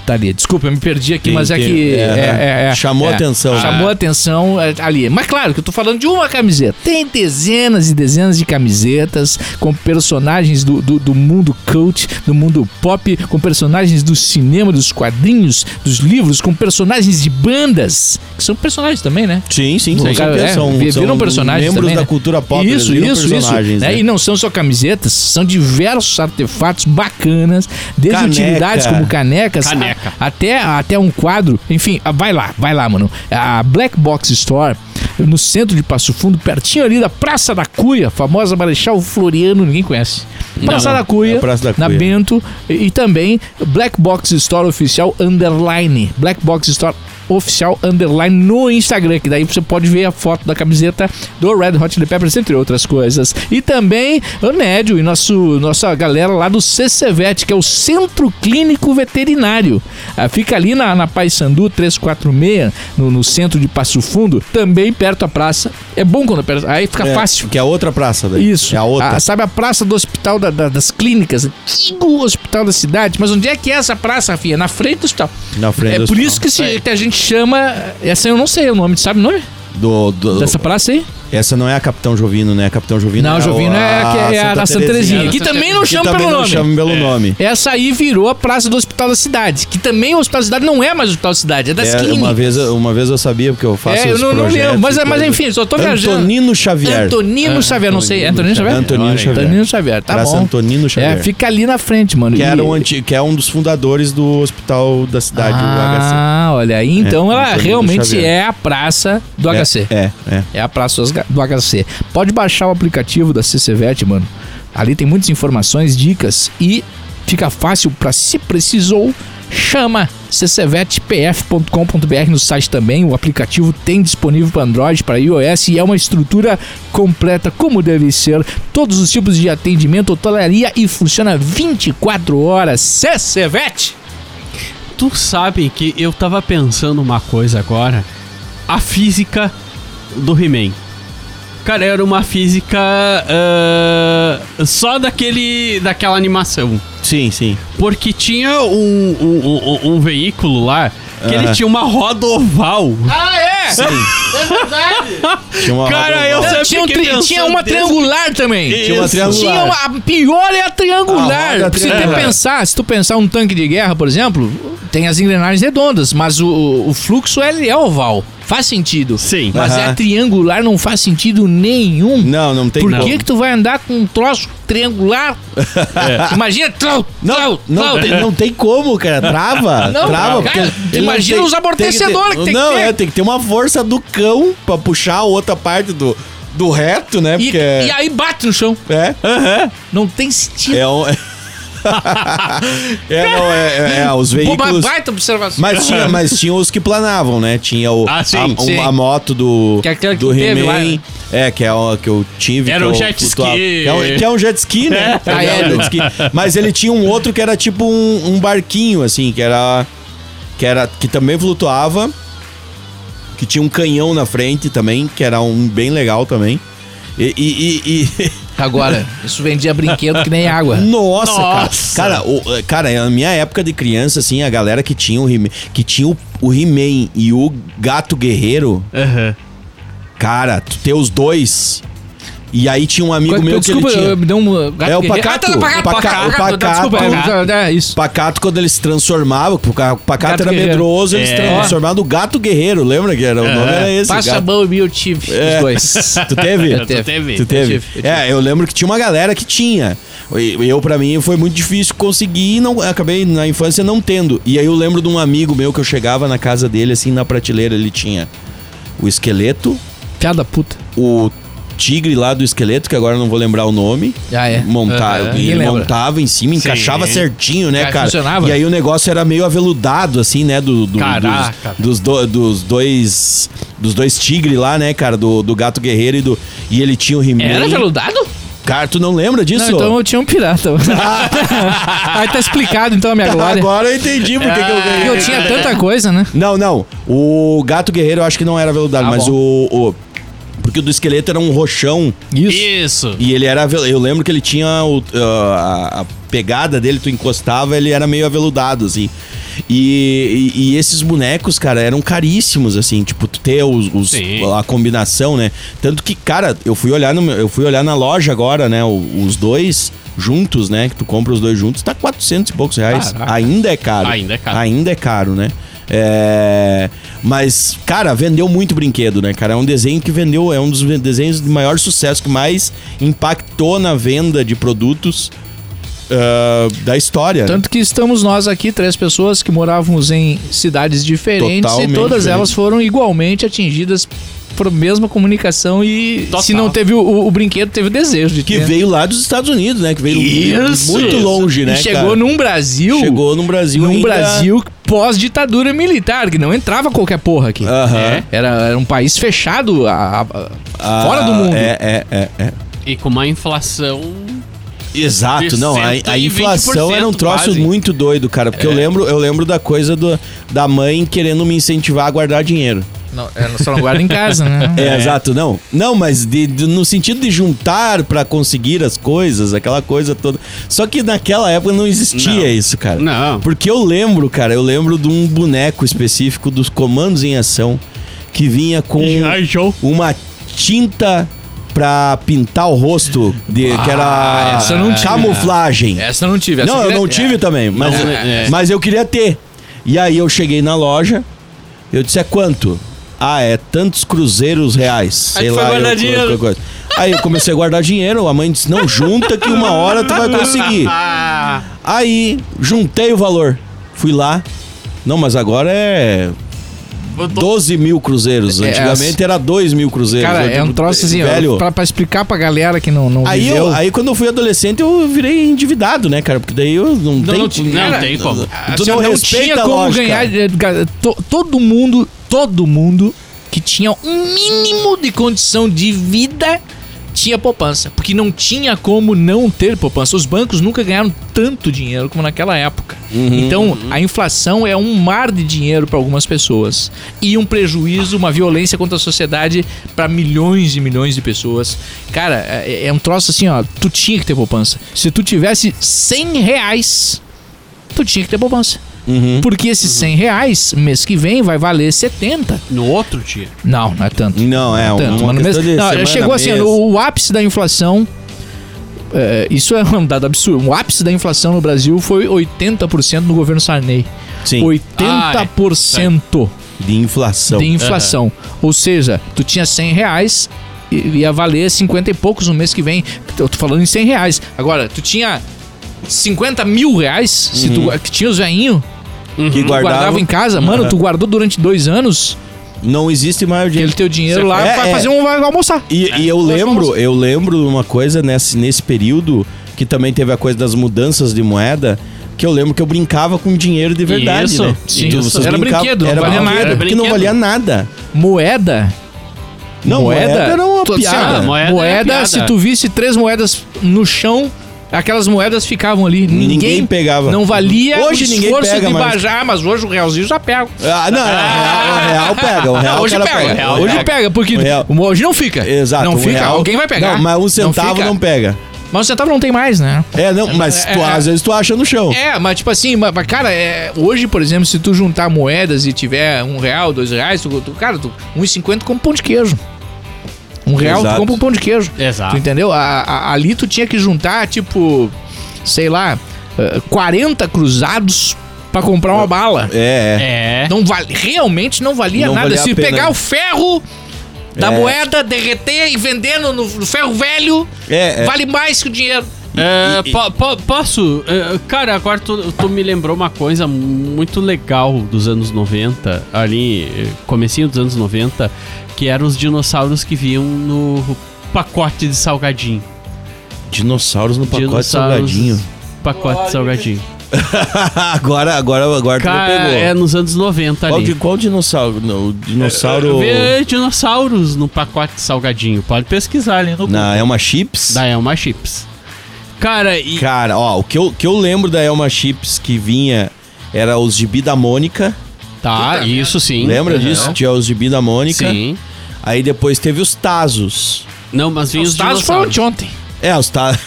S4: Tá ali. Desculpa, eu me perdi aqui,
S3: Tem-
S4: mas é
S3: tem-
S4: que.
S3: é,
S4: é, é, é.
S3: chamou
S4: É.
S3: atenção. né?
S4: Chamou a atenção é, ali. Mas claro que eu tô falando de uma camiseta. Tem dezenas e dezenas de camisetas com personagens do, do, do mundo cult, do mundo pop, com personagens do cinema, dos quadrinhos, dos livros, com personagens de bandas. Que são personagens também, né?
S3: Sim, sim, sim.
S4: Cara, é,
S3: são,
S4: vi-
S3: são
S4: viram personagens
S3: membros
S4: também,
S3: da
S4: né?
S3: cultura pop. eles
S4: Isso,
S3: viram
S4: isso,
S3: personagens,
S4: isso. né?
S3: né?
S4: E não são só camisetas, são diversos artefatos bacanas, desde
S3: Caneca.
S4: utilidades como canecas,
S5: Caneca.
S4: a- até, até um quadro. Enfim, ah, vai lá, vai lá, mano. A Black Box Store, no centro de Passo Fundo, pertinho ali da Praça da Cuia, a famosa Marechal Floriano, ninguém conhece. Praça
S3: Não,
S4: da Cuia,
S3: é a Praça da
S4: na
S3: Cuia.
S4: Bento, e, e também Black Box Store Oficial Underline. Black Box Store Oficial Underline no Instagram, que daí você pode ver a foto da camiseta do Red Hot Chili Peppers, entre outras coisas. E também o Nédio e nosso, nossa galera lá do CCVET, que é o Centro Clínico Veterinário. Ah, fica ali na, na Paissandu 346, no, no centro de Passo Fundo, também perto da praça. É bom quando é perto, aí fica
S3: É,
S4: fácil.
S3: Que é a outra praça, daí.
S4: Isso.
S3: É a outra.
S4: Ah, sabe a praça do hospital da- da- das clínicas? Antigo hospital da cidade. Mas onde é que é essa praça, Rafinha? Na frente do hospital.
S3: na frente
S4: é
S3: do
S4: por
S3: hospital.
S4: isso que, se- que a gente chama. Essa eu não sei o nome, tu sabe o nome?
S3: Do, do-
S4: Dessa praça aí?
S3: Essa não é a Capitão Jovino, né? A Capitão Jovino
S4: Não,
S3: é
S4: Jovino é, a, que- é a da Santa Terezinha.
S5: Terezinha.
S4: Que também não
S5: Que
S4: chama
S3: também
S4: pelo
S3: não
S4: nome. É.
S3: chama pelo nome.
S4: Essa aí virou a praça do hospital da cidade. Que também o hospital da cidade não é mais o hospital da cidade, é das
S3: É,
S4: clínicas.
S3: uma, vez, uma vez eu sabia, porque eu faço
S4: É, eu
S3: os
S4: não, não
S3: projetos.
S4: lembro. Mas,
S3: e
S4: mas
S3: coisa.
S4: enfim, só tô viajando.
S3: Antonino Xavier.
S4: Antonino Xavier, não sei. É Antonino Xavier?
S3: Ah, Antonino Xavier.
S4: Antonino Xavier, tá
S3: Praça
S4: bom.
S3: Antonino Xavier.
S4: É, fica ali na frente, mano.
S3: que,
S4: E-
S3: era um anti- que é um dos fundadores do hospital da cidade, o HC.
S4: Ah, olha aí. Então
S3: É,
S4: ela
S3: Antônio
S4: realmente
S3: Xavier.
S4: é a praça do
S3: É,
S4: HC.
S3: É, é.
S4: É a praça dos- do HC. Pode baixar o aplicativo da CCVET, mano. Ali tem muitas informações, dicas e fica fácil pra se precisou. Chama ccvetpf.com.br no site também. O aplicativo tem disponível para Android, para iOS e é uma estrutura completa, como deve ser. Todos os tipos de atendimento, hotelaria e funciona 24 horas. CCVET!
S5: Tu sabe que eu tava pensando uma coisa agora. A física do He-Man. Cara, era uma física ah, só daquele, daquela animação.
S3: Sim, sim.
S5: Porque tinha um, um, um- um veículo lá que ele
S3: Aham.
S5: tinha uma roda oval.
S4: Ah, é?
S3: Tinha uma
S5: Cara, eu
S4: Não,
S5: sempre
S4: tinha, um
S5: fiquei
S4: tri- tinha
S5: pensando
S4: uma
S5: desse-
S4: triangular também.
S5: Isso.
S3: Tinha uma triangular. Ah, é.
S4: Tinha uma, a pior é a
S3: A
S4: triangular.
S3: roda
S4: se tu
S3: triangular.
S4: pensar, se tu pensar um tanque de guerra, por exemplo, tem as engrenagens redondas, mas o, o fluxo ele é oval. Faz sentido.
S5: Sim.
S4: Mas
S3: Aham.
S4: a triangular não faz sentido nenhum.
S3: Não, não tem
S4: Por
S3: como.
S4: que que tu vai andar com um troço triangular? Imagina, trau, trau,
S3: É. Não, não,
S4: trau.
S3: tem, não tem como, cara. Trava.
S4: Não, cara,
S3: trava. porque
S4: tu
S3: ele não
S4: imagina os amortecedores que tem que
S3: Não,
S4: ter.
S3: é, tem que ter uma força do cão pra puxar a outra parte do, do reto, né?
S4: E,
S3: Porque.
S4: e aí bate no chão.
S3: é,
S4: Não tem sentido.
S3: é um. é, não, é, é, é, os
S4: Pô, uma
S3: veículos.
S4: baita observação.
S3: Mas tinha, mas tinha os que planavam, né? Tinha o,
S5: Ah, sim,
S3: a, um-
S4: sim.
S3: a moto do,
S4: Que é aquela que
S3: do
S4: teve lá,
S3: He-Man. É, que é o que eu tive.
S5: Era
S3: que
S5: um
S3: eu
S5: jet
S3: flutuava.
S5: ski.
S3: Que é um, que é um jet ski, né?
S4: É.
S3: Que é um jet ski. Mas ele tinha um outro que era tipo um, um barquinho, assim, que era, que era. que também flutuava. Que tinha um canhão na frente também, que era um bem legal também. E- e- e- e
S4: Agora, isso vendia brinquedo que nem água.
S3: Nossa,
S5: Nossa.
S3: cara. Cara, o- eh, cara, na minha época de criança, assim, a galera que tinha o He-Man, que tinha o, o He-Man e o Gato Guerreiro,
S5: Aham.
S3: cara, tu ter os dois. E aí tinha um amigo
S4: Qual-
S3: meu
S4: desculpa,
S3: que ele
S4: eu
S3: tinha.
S4: me deu um gato
S3: É o
S4: guerreiro.
S3: pacato,
S4: Ah, tá,
S3: o
S4: pacato,
S3: paca-
S4: pacato,
S3: o pacato.
S4: Desculpa, é, é, é isso.
S3: Pacato, quando ele se transformava, porque o ca- o Pacato
S4: Gato
S3: era
S4: Guerreiro. É.
S3: medroso, ele se
S5: É.
S3: transformava no Gato Guerreiro, lembra que era? O nome era esse.
S4: Passa a
S3: Gato-
S4: mão e eu tive os
S3: É.
S4: dois.
S3: Tu teve?
S4: Eu teve.
S5: teve.
S3: Tu teve?
S4: Eu tive, eu tive.
S3: É, eu lembro que tinha uma galera que tinha. Eu, eu para mim, foi muito difícil conseguir e não, acabei na infância não tendo. E aí eu lembro de um amigo meu que eu chegava na casa dele, assim, na prateleira, ele tinha o esqueleto,
S4: Piada puta.
S3: o tigre lá do esqueleto, que agora eu não vou lembrar o nome.
S4: Ah, é.
S3: Montava,
S5: Aham.
S3: ele
S4: Ninguém lembra.
S3: montava em cima, encaixava certinho, né,
S4: Cara,
S3: cara?
S4: funcionava.
S3: E aí o negócio era meio aveludado, assim, né? Do, do-
S5: Caraca.
S3: Dos, dos, do- dos dois. Dos dois tigres lá, né, cara? Do, do gato guerreiro e do. E ele tinha o He-Man.
S4: Era veludado?
S3: Cara, tu não lembra
S4: Não,
S3: disso?
S4: então eu tinha um pirata. Aí tá explicado, então, a minha glória.
S3: Agora eu entendi porque que eu ganhei.
S4: Porque É. eu tinha tanta coisa, né?
S3: Não, não. O Gato Guerreiro eu acho que não era veludado,
S4: Ah,
S3: mas
S4: bom.
S3: o, o- Porque o do esqueleto era um roxão
S4: Isso.
S5: Isso.
S3: e ele era. avel- Eu lembro que ele tinha o- a, a pegada dele, tu encostava, ele era meio aveludado, assim. E, e- e esses bonecos, cara, eram caríssimos, assim, tipo, tu ter os, os-
S5: Sim.
S3: a combinação, né? Tanto que, cara, eu fui olhar no meu- eu fui olhar na loja agora, né? o- Os dois juntos, né? Que tu compra os dois juntos, tá 400 e poucos reais.
S4: Caraca.
S3: Ainda é caro.
S5: Ainda é caro.
S3: Ainda é caro, né? É, Mas, cara, vendeu muito brinquedo, né, cara? É um desenho que vendeu, é um dos desenhos de maior sucesso, que mais impactou na venda de produtos ah, da história. né?
S4: Tanto que estamos nós aqui, três pessoas que morávamos em cidades diferentes
S3: Totalmente
S4: e todas
S3: diferente.
S4: elas foram igualmente atingidas por mesma comunicação e
S5: Total.
S4: se não teve o, o- o brinquedo, teve o desejo de
S3: Que
S4: ter. né?
S3: veio lá dos Estados Unidos, né? Que veio
S4: Isso,
S3: muito
S4: isso.
S3: longe, né?
S4: E chegou
S3: cara?
S4: num Brasil.
S3: Chegou no Brasil
S4: num
S3: ainda-
S4: Brasil pós-ditadura militar, que não entrava qualquer porra aqui.
S3: Aham.
S5: É.
S4: Era, era um país fechado a- a- a-
S3: Ah,
S4: fora do mundo.
S3: É, é, é, é.
S5: E com uma inflação.
S3: Exato,
S5: De
S3: não, a, a
S5: 120%
S3: inflação era um troço
S5: quase.
S3: muito doido, cara, porque eu lembro, eu lembro da coisa do, da mãe querendo me incentivar a guardar dinheiro.
S4: Não, era só não guarda em casa, né?
S3: É, exato, não. Não, mas de- de- no sentido de juntar pra conseguir as coisas, aquela coisa toda. Só que naquela época não existia
S5: Não.
S3: isso, cara.
S5: Não.
S3: Porque eu lembro, cara, eu lembro de um boneco específico dos comandos em ação que vinha com
S5: Joe.
S3: uma tinta pra pintar o rosto, de, que era
S4: essa eu não tinha. É.
S3: camuflagem.
S4: Essa eu não tive. essa
S3: Não, eu
S4: queria-
S3: não tive também, mas,
S5: Não, é.
S3: mas eu queria ter. E aí eu cheguei na loja, eu disse, é quanto? Ah, é tantos cruzeiros reais. Sei
S5: tu
S3: lá.
S5: foi
S3: eu-
S5: guardar dinheiro.
S3: qualquer coisa. Aí eu comecei a guardar dinheiro, a mãe disse, não, junta que uma hora tu vai conseguir.
S5: Ah,
S3: Aí, juntei o valor. Fui lá. Não, mas agora é
S5: eu tô-
S3: 12 mil cruzeiros.
S4: É,
S3: Antigamente era 2 mil cruzeiros.
S4: Cara,
S3: Eu
S4: é um
S3: digo,
S4: troço assim, ó,
S3: velho.
S4: Pra, pra explicar pra galera que não, não
S3: Aí,
S4: viveu.
S3: eu, aí quando eu fui adolescente, eu virei endividado, né, cara? Porque daí eu não,
S5: Não,
S3: tenho.
S5: não ti- não
S3: cara,
S5: tem como.
S3: Tu
S4: Assim,
S3: não,
S4: ó,
S3: respeita
S4: tinha
S3: a
S4: como
S3: lógica.
S4: ganhar. eh, ga- to- todo mundo, todo mundo que tinha um mínimo de condição de vida tinha poupança. Porque não tinha como não ter poupança. Os bancos nunca ganharam tanto dinheiro como naquela época.
S3: Uhum.
S4: então, a inflação é um mar de dinheiro para algumas pessoas. E um prejuízo, uma violência contra a sociedade para milhões e milhões de pessoas. Cara, é, é um troço assim, ó. Tu tinha que ter poupança. Se tu tivesse 100 reais tu tinha que ter poupança.
S3: Uhum.
S4: Porque esses 100 reais, mês que vem, vai valer 70.
S5: No outro dia.
S4: Não, não é tanto.
S3: Não, é,
S4: Tanto,
S3: uma
S4: mas no mês-
S3: questão de
S4: não,
S3: semana,
S4: chegou assim,
S3: mês.
S4: o, o ápice da inflação. é, isso é um dado absurdo. O ápice da inflação no Brasil foi 80% no governo Sarney.
S3: Sim, Ah, é.
S4: 80%
S3: de inflação.
S4: de inflação. Ou seja, tu tinha 100 reais e ia valer 50 e poucos no mês que vem. Eu tô falando em 100 reais. Agora, tu tinha 50 mil reais, se
S3: Uhum.
S4: tu que tinha os veinhos,
S3: Que
S4: tu Uhum. guardava em casa. Mano, tu guardou durante dois anos
S3: Não existe mais o
S4: aquele
S3: dinheiro.
S4: teu dinheiro lá
S3: É,
S4: pra
S3: é.
S4: fazer um vai almoçar.
S3: E, e eu
S4: Nós
S3: lembro,
S4: vamos-
S3: eu lembro uma coisa nesse, nesse período que também teve a coisa das mudanças de moeda. Que eu lembro que eu brincava com dinheiro de verdade,
S5: Isso,
S3: né?
S5: sim.
S3: E tu-
S5: Isso.
S3: vocês
S4: Era
S3: brincavam-
S4: brinquedo, não
S3: era
S4: valia
S3: brinquedo,
S5: nada.
S3: Porque não
S5: Brinquedo.
S3: valia nada.
S4: Moeda.
S3: Não, moeda, era uma
S4: Tu-
S3: piada.
S4: Ah,
S5: Moeda
S4: moeda,
S5: é piada.
S4: se tu visse três moedas no chão, aquelas moedas ficavam ali. Ninguém,
S3: Ninguém pegava.
S4: Não valia
S3: Hoje
S4: o
S3: ninguém
S4: esforço
S3: pega
S4: de
S3: mais.
S4: bajar, mas hoje o realzinho já pega. Ah,
S3: Ah, não, o real, o real pega. O real o
S4: hoje
S3: cara
S4: pega.
S5: pega.
S4: hoje
S5: pega.
S4: pega, porque
S3: O real.
S4: hoje não fica.
S3: Exato.
S4: Não
S3: um
S4: fica,
S3: real.
S4: alguém vai pegar.
S3: Não, mas um centavo
S4: fica.
S3: não, pega.
S4: Mas um centavo não tem mais, né?
S3: É, não, mas tu-
S4: É.
S3: às vezes tu acha no chão.
S4: É, mas tipo assim, mas, mas, cara, é, hoje, por exemplo, se tu juntar moedas e tiver um real, dois reais, tu, tu, cara, tu, 1,50 compra um pão de queijo. Um real
S3: Exato. Tá.
S4: tu compra um pão de queijo.
S5: Exato.
S4: Tu entendeu? A- a- ali tu tinha que juntar, tipo, sei lá, eh, 40 cruzados pra comprar uma bala.
S3: É, é.
S5: É.
S4: Não vale, realmente não valia
S3: Não
S4: nada.
S3: valia
S4: Se
S3: a pena,
S4: pegar
S3: né?
S4: o ferro da
S3: É.
S4: moeda, derreter e vendendo no, no ferro velho,
S3: É, é.
S4: vale mais que o dinheiro.
S5: É,
S3: E- e-
S5: po- po- posso? É, cara, agora tu, tu me lembrou uma coisa muito legal dos anos 90, ali, eh, comecinho dos anos 90, que eram os dinossauros que vinham no pacote de salgadinho.
S3: Dinossauros no pacote
S5: Dinossauros,
S3: salgadinho.
S5: Pacote de salgadinho.
S3: agora, agora, agora tu me
S5: Cara,
S3: pegou.
S5: é nos anos 90
S3: Qual,
S5: ali.
S3: que- qual dinossauro? Não, o dinossauro.
S5: Vê dinossauros no pacote de salgadinho. Pode pesquisar ali no
S3: Na Elma Chips?
S5: da Elma Chips. Cara, e.
S3: Cara, ó, o que eu, que eu lembro da Elma Chips que vinha era os gibi da Mônica.
S5: Tá, isso sim.
S3: Lembra
S5: Uhum.
S3: disso? Tinha os gibi da Mônica.
S5: Sim.
S3: Aí depois teve os Tazos.
S5: Não, mas vinha os
S4: Os Tazos foram
S5: dinossauros.
S4: de ontem.
S3: É, os Tazos.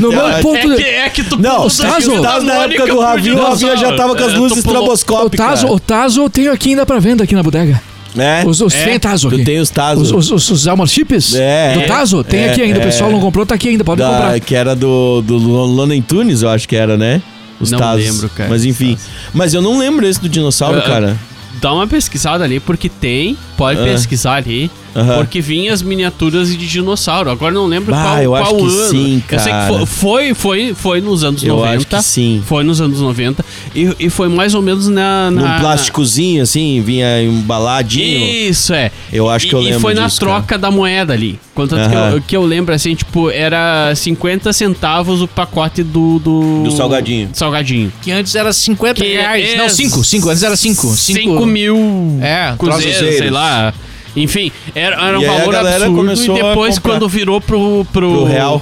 S4: No meu ponto...
S5: É que, é que tu
S3: Não,
S5: pulou
S3: os
S5: da
S3: Tazos
S5: questão
S3: tá na
S5: da
S3: época
S5: Mônica
S3: do Ravinho,
S5: pro
S3: o Ravinho já
S5: dinossauro.
S3: tava com as
S5: É,
S3: luzes
S5: tu pulou.
S4: O
S3: estroboscópicas.
S4: Tazo, o Tazo eu tenho aqui ainda pra venda aqui na bodega.
S3: É,
S4: Os, os
S5: É,
S4: tem Tazo
S3: tu
S4: aqui.
S3: tem os Tazos.
S4: Os, os, os, os Elmer Chips
S3: É.
S4: do Tazo? Tem
S3: É,
S4: aqui ainda.
S3: é.
S4: O pessoal não comprou, tá aqui ainda. Pode
S3: da-
S4: comprar.
S3: que era do, do London Tunes, eu acho que era, né? Os
S5: Não
S3: Tazos.
S5: lembro, cara,
S3: Mas
S5: os
S3: enfim. Mas eu não lembro esse do dinossauro,
S5: Ah, ah.
S3: cara.
S5: Dá uma pesquisada ali, porque tem. Pode
S3: Ah.
S5: pesquisar ali.
S3: Aham.
S5: Porque vinha as miniaturas de dinossauro. Agora não lembro
S3: Bah,
S5: qual,
S3: eu
S5: qual
S3: acho que
S5: ano.
S3: sim,
S5: Eu sei que
S3: cara.
S5: fo- foi, foi, foi nos anos
S3: Eu
S5: 90.
S3: acho que sim.
S5: Foi nos anos 90. E, e foi mais ou menos na. na
S3: Num Um plásticozinho, assim, vinha embaladinho.
S5: Isso, é.
S3: Eu acho que eu
S5: E-
S3: lembro
S5: E foi na
S3: disso,
S5: troca da moeda ali. Quanto que,
S3: Aham.
S5: eu, que eu lembro, assim, tipo, era 50 centavos o pacote do... Do,
S3: Do salgadinho.
S5: Salgadinho.
S4: Que antes era 50
S5: Que
S4: reais.
S5: é
S4: Não, 5. 5. Antes era 5.
S5: 5 mil...
S4: É,
S5: Cruzeiro,
S3: cruzeiros.
S5: sei lá. Enfim, era, era um
S3: E aí a
S5: valor
S3: galera
S5: absurdo. E
S3: começou a
S5: depois,
S3: comprar.
S5: quando virou pro... Pro,
S3: Pro real.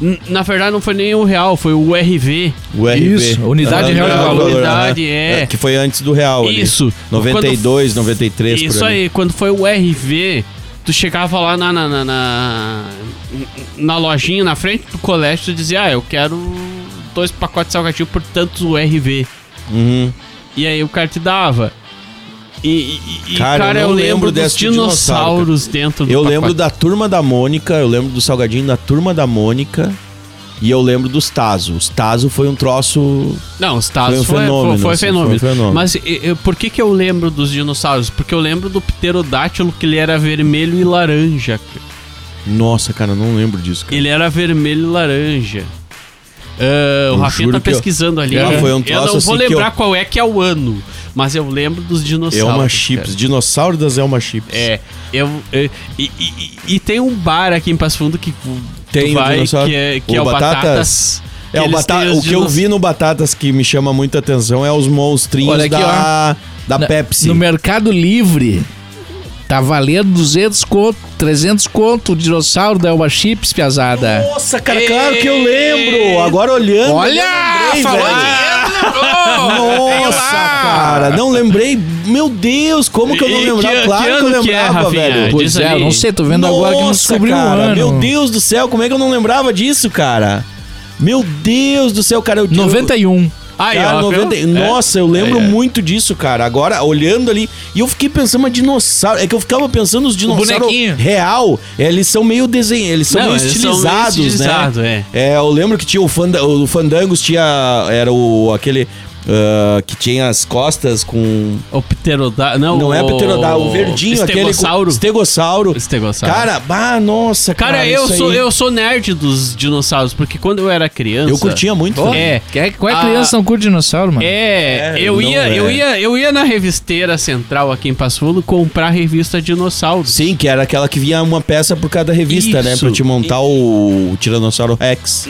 S5: N- Na verdade, não foi nem o real, foi o RV.
S3: O RB.
S4: Isso, unidade
S3: Ah,
S4: real de valor.
S5: Unidade,
S3: aham.
S5: é.
S3: Que foi antes do real ali.
S5: Isso.
S3: 92, 93,
S5: Isso
S3: por ali.
S5: aí, quando foi o RV, tu chegava lá na, na, na, na, na lojinha, na frente do colégio, tu dizia, ah, eu quero dois pacotes de salgadinho por tantos URV.
S3: Uhum.
S5: E aí o cara te dava. E, e- e,
S3: Cara,
S5: cara,
S3: eu não
S5: eu,
S3: lembro
S5: lembro dos
S3: dessa de dinossauro,
S5: dinossauros dentro do
S3: Eu
S5: pacote.
S3: lembro da turma da Mônica, eu lembro do Salgadinho da turma da Mônica. E eu lembro dos Tazo. Os Tazo foi um troço.
S5: Não, os
S3: Foi um
S5: Tazos foi, foi-
S3: fenômeno,
S5: foi
S3: assim,
S5: fenômeno.
S3: foi um fenômeno.
S5: Mas e- e por que, que eu lembro dos dinossauros? Porque eu lembro do pterodátilo que ele era vermelho e laranja.
S3: Nossa, cara, eu não lembro disso. Cara.
S5: Ele era vermelho e laranja. Ah,
S3: Eu
S5: o Rafinha
S3: juro
S5: tá
S3: que eu-
S5: pesquisando ali.
S3: Ah, foi um
S5: eu
S3: troço
S5: não vou
S3: assim que
S5: lembrar
S3: eu-
S5: qual é que é o ano, mas eu lembro dos dinossauros.
S3: Elma
S5: cara.
S3: Chips, dinossauro das Elma Chips.
S5: É, eu, eu- e, e- e- e tem um bar aqui em Passo Fundo que tu
S3: Tem o
S5: vai,
S3: dinossauro.
S5: que é, que
S3: O
S5: é o
S3: Batatas?
S5: Batatas.
S3: É, o,
S5: Eles
S3: Bata-
S5: têm os
S3: o que eu
S5: dinoss-
S3: vi no Batatas que me chama muita atenção é os monstrinhos
S4: Olha aqui,
S3: da, da Pepsi.
S4: No Mercado Livre. Tá valendo 200 conto, 300 conto o dinossauro da Elba Chips, piazada.
S3: Nossa,
S5: É.
S3: cara, claro que eu lembro. Agora olhando. eu
S4: Olha!
S3: lembrei,
S4: falou
S3: velho.
S4: dinheiro!
S3: Nossa, cara, não lembrei. Meu Deus, como que eu não
S5: E
S3: lembrava?
S5: que-
S3: claro
S5: que
S3: que, eu
S5: ano que é,
S3: lembrava,
S5: Rafinha?
S3: velho.
S4: Pois
S5: Diz
S4: é, eu
S5: ali.
S4: não sei, tô vendo agora que não
S3: Nossa,
S4: descobriu o
S3: cara,
S4: ano.
S3: Meu Deus do céu, como é que eu não lembrava disso, cara? Meu Deus do céu, cara, eu
S4: 91.
S5: Aí,
S3: Cara,
S5: ó, viu? É.
S3: 90 Nossa, eu lembro muito disso, cara. Agora, olhando ali, e eu fiquei pensando, mas dinossauro. É que eu ficava pensando nos dinossauros
S4: bonequinho.
S3: real. é, Eles são meio desenho, eles são
S5: Não,
S3: meio
S5: eles são meio
S3: estilizados,
S5: estilizado,
S3: né?
S5: é.
S3: eu lembro que tinha o, Fanda, o Fandangos, tinha. Era o aquele. ah, que tinha as costas com.
S5: O pterodá... Não,
S3: Não é
S5: o...
S3: pterodá, o verdinho, aquele. Com,
S5: estegossauro.
S3: estegossauro.
S5: Estegossauro.
S3: Cara, bah, nossa, cara.
S5: Cara, eu,
S3: isso
S5: sou,
S3: aí.
S5: eu sou nerd dos dinossauros, porque quando eu era criança...
S3: Eu curtia muito.
S5: Oh,
S3: né?
S5: é,
S4: Quer, qual é
S5: Ah.
S4: criança que não curte dinossauro, mano?
S5: É,
S3: É,
S5: eu,
S3: não
S5: ia, eu
S3: é.
S5: ia eu ia na revisteira central aqui em Passo Fundo comprar a revista Dinossauro.
S3: Sim, que era aquela que vinha uma peça por cada revista, né?
S5: Isso.
S3: Pra te montar o Tiranossauro Rex.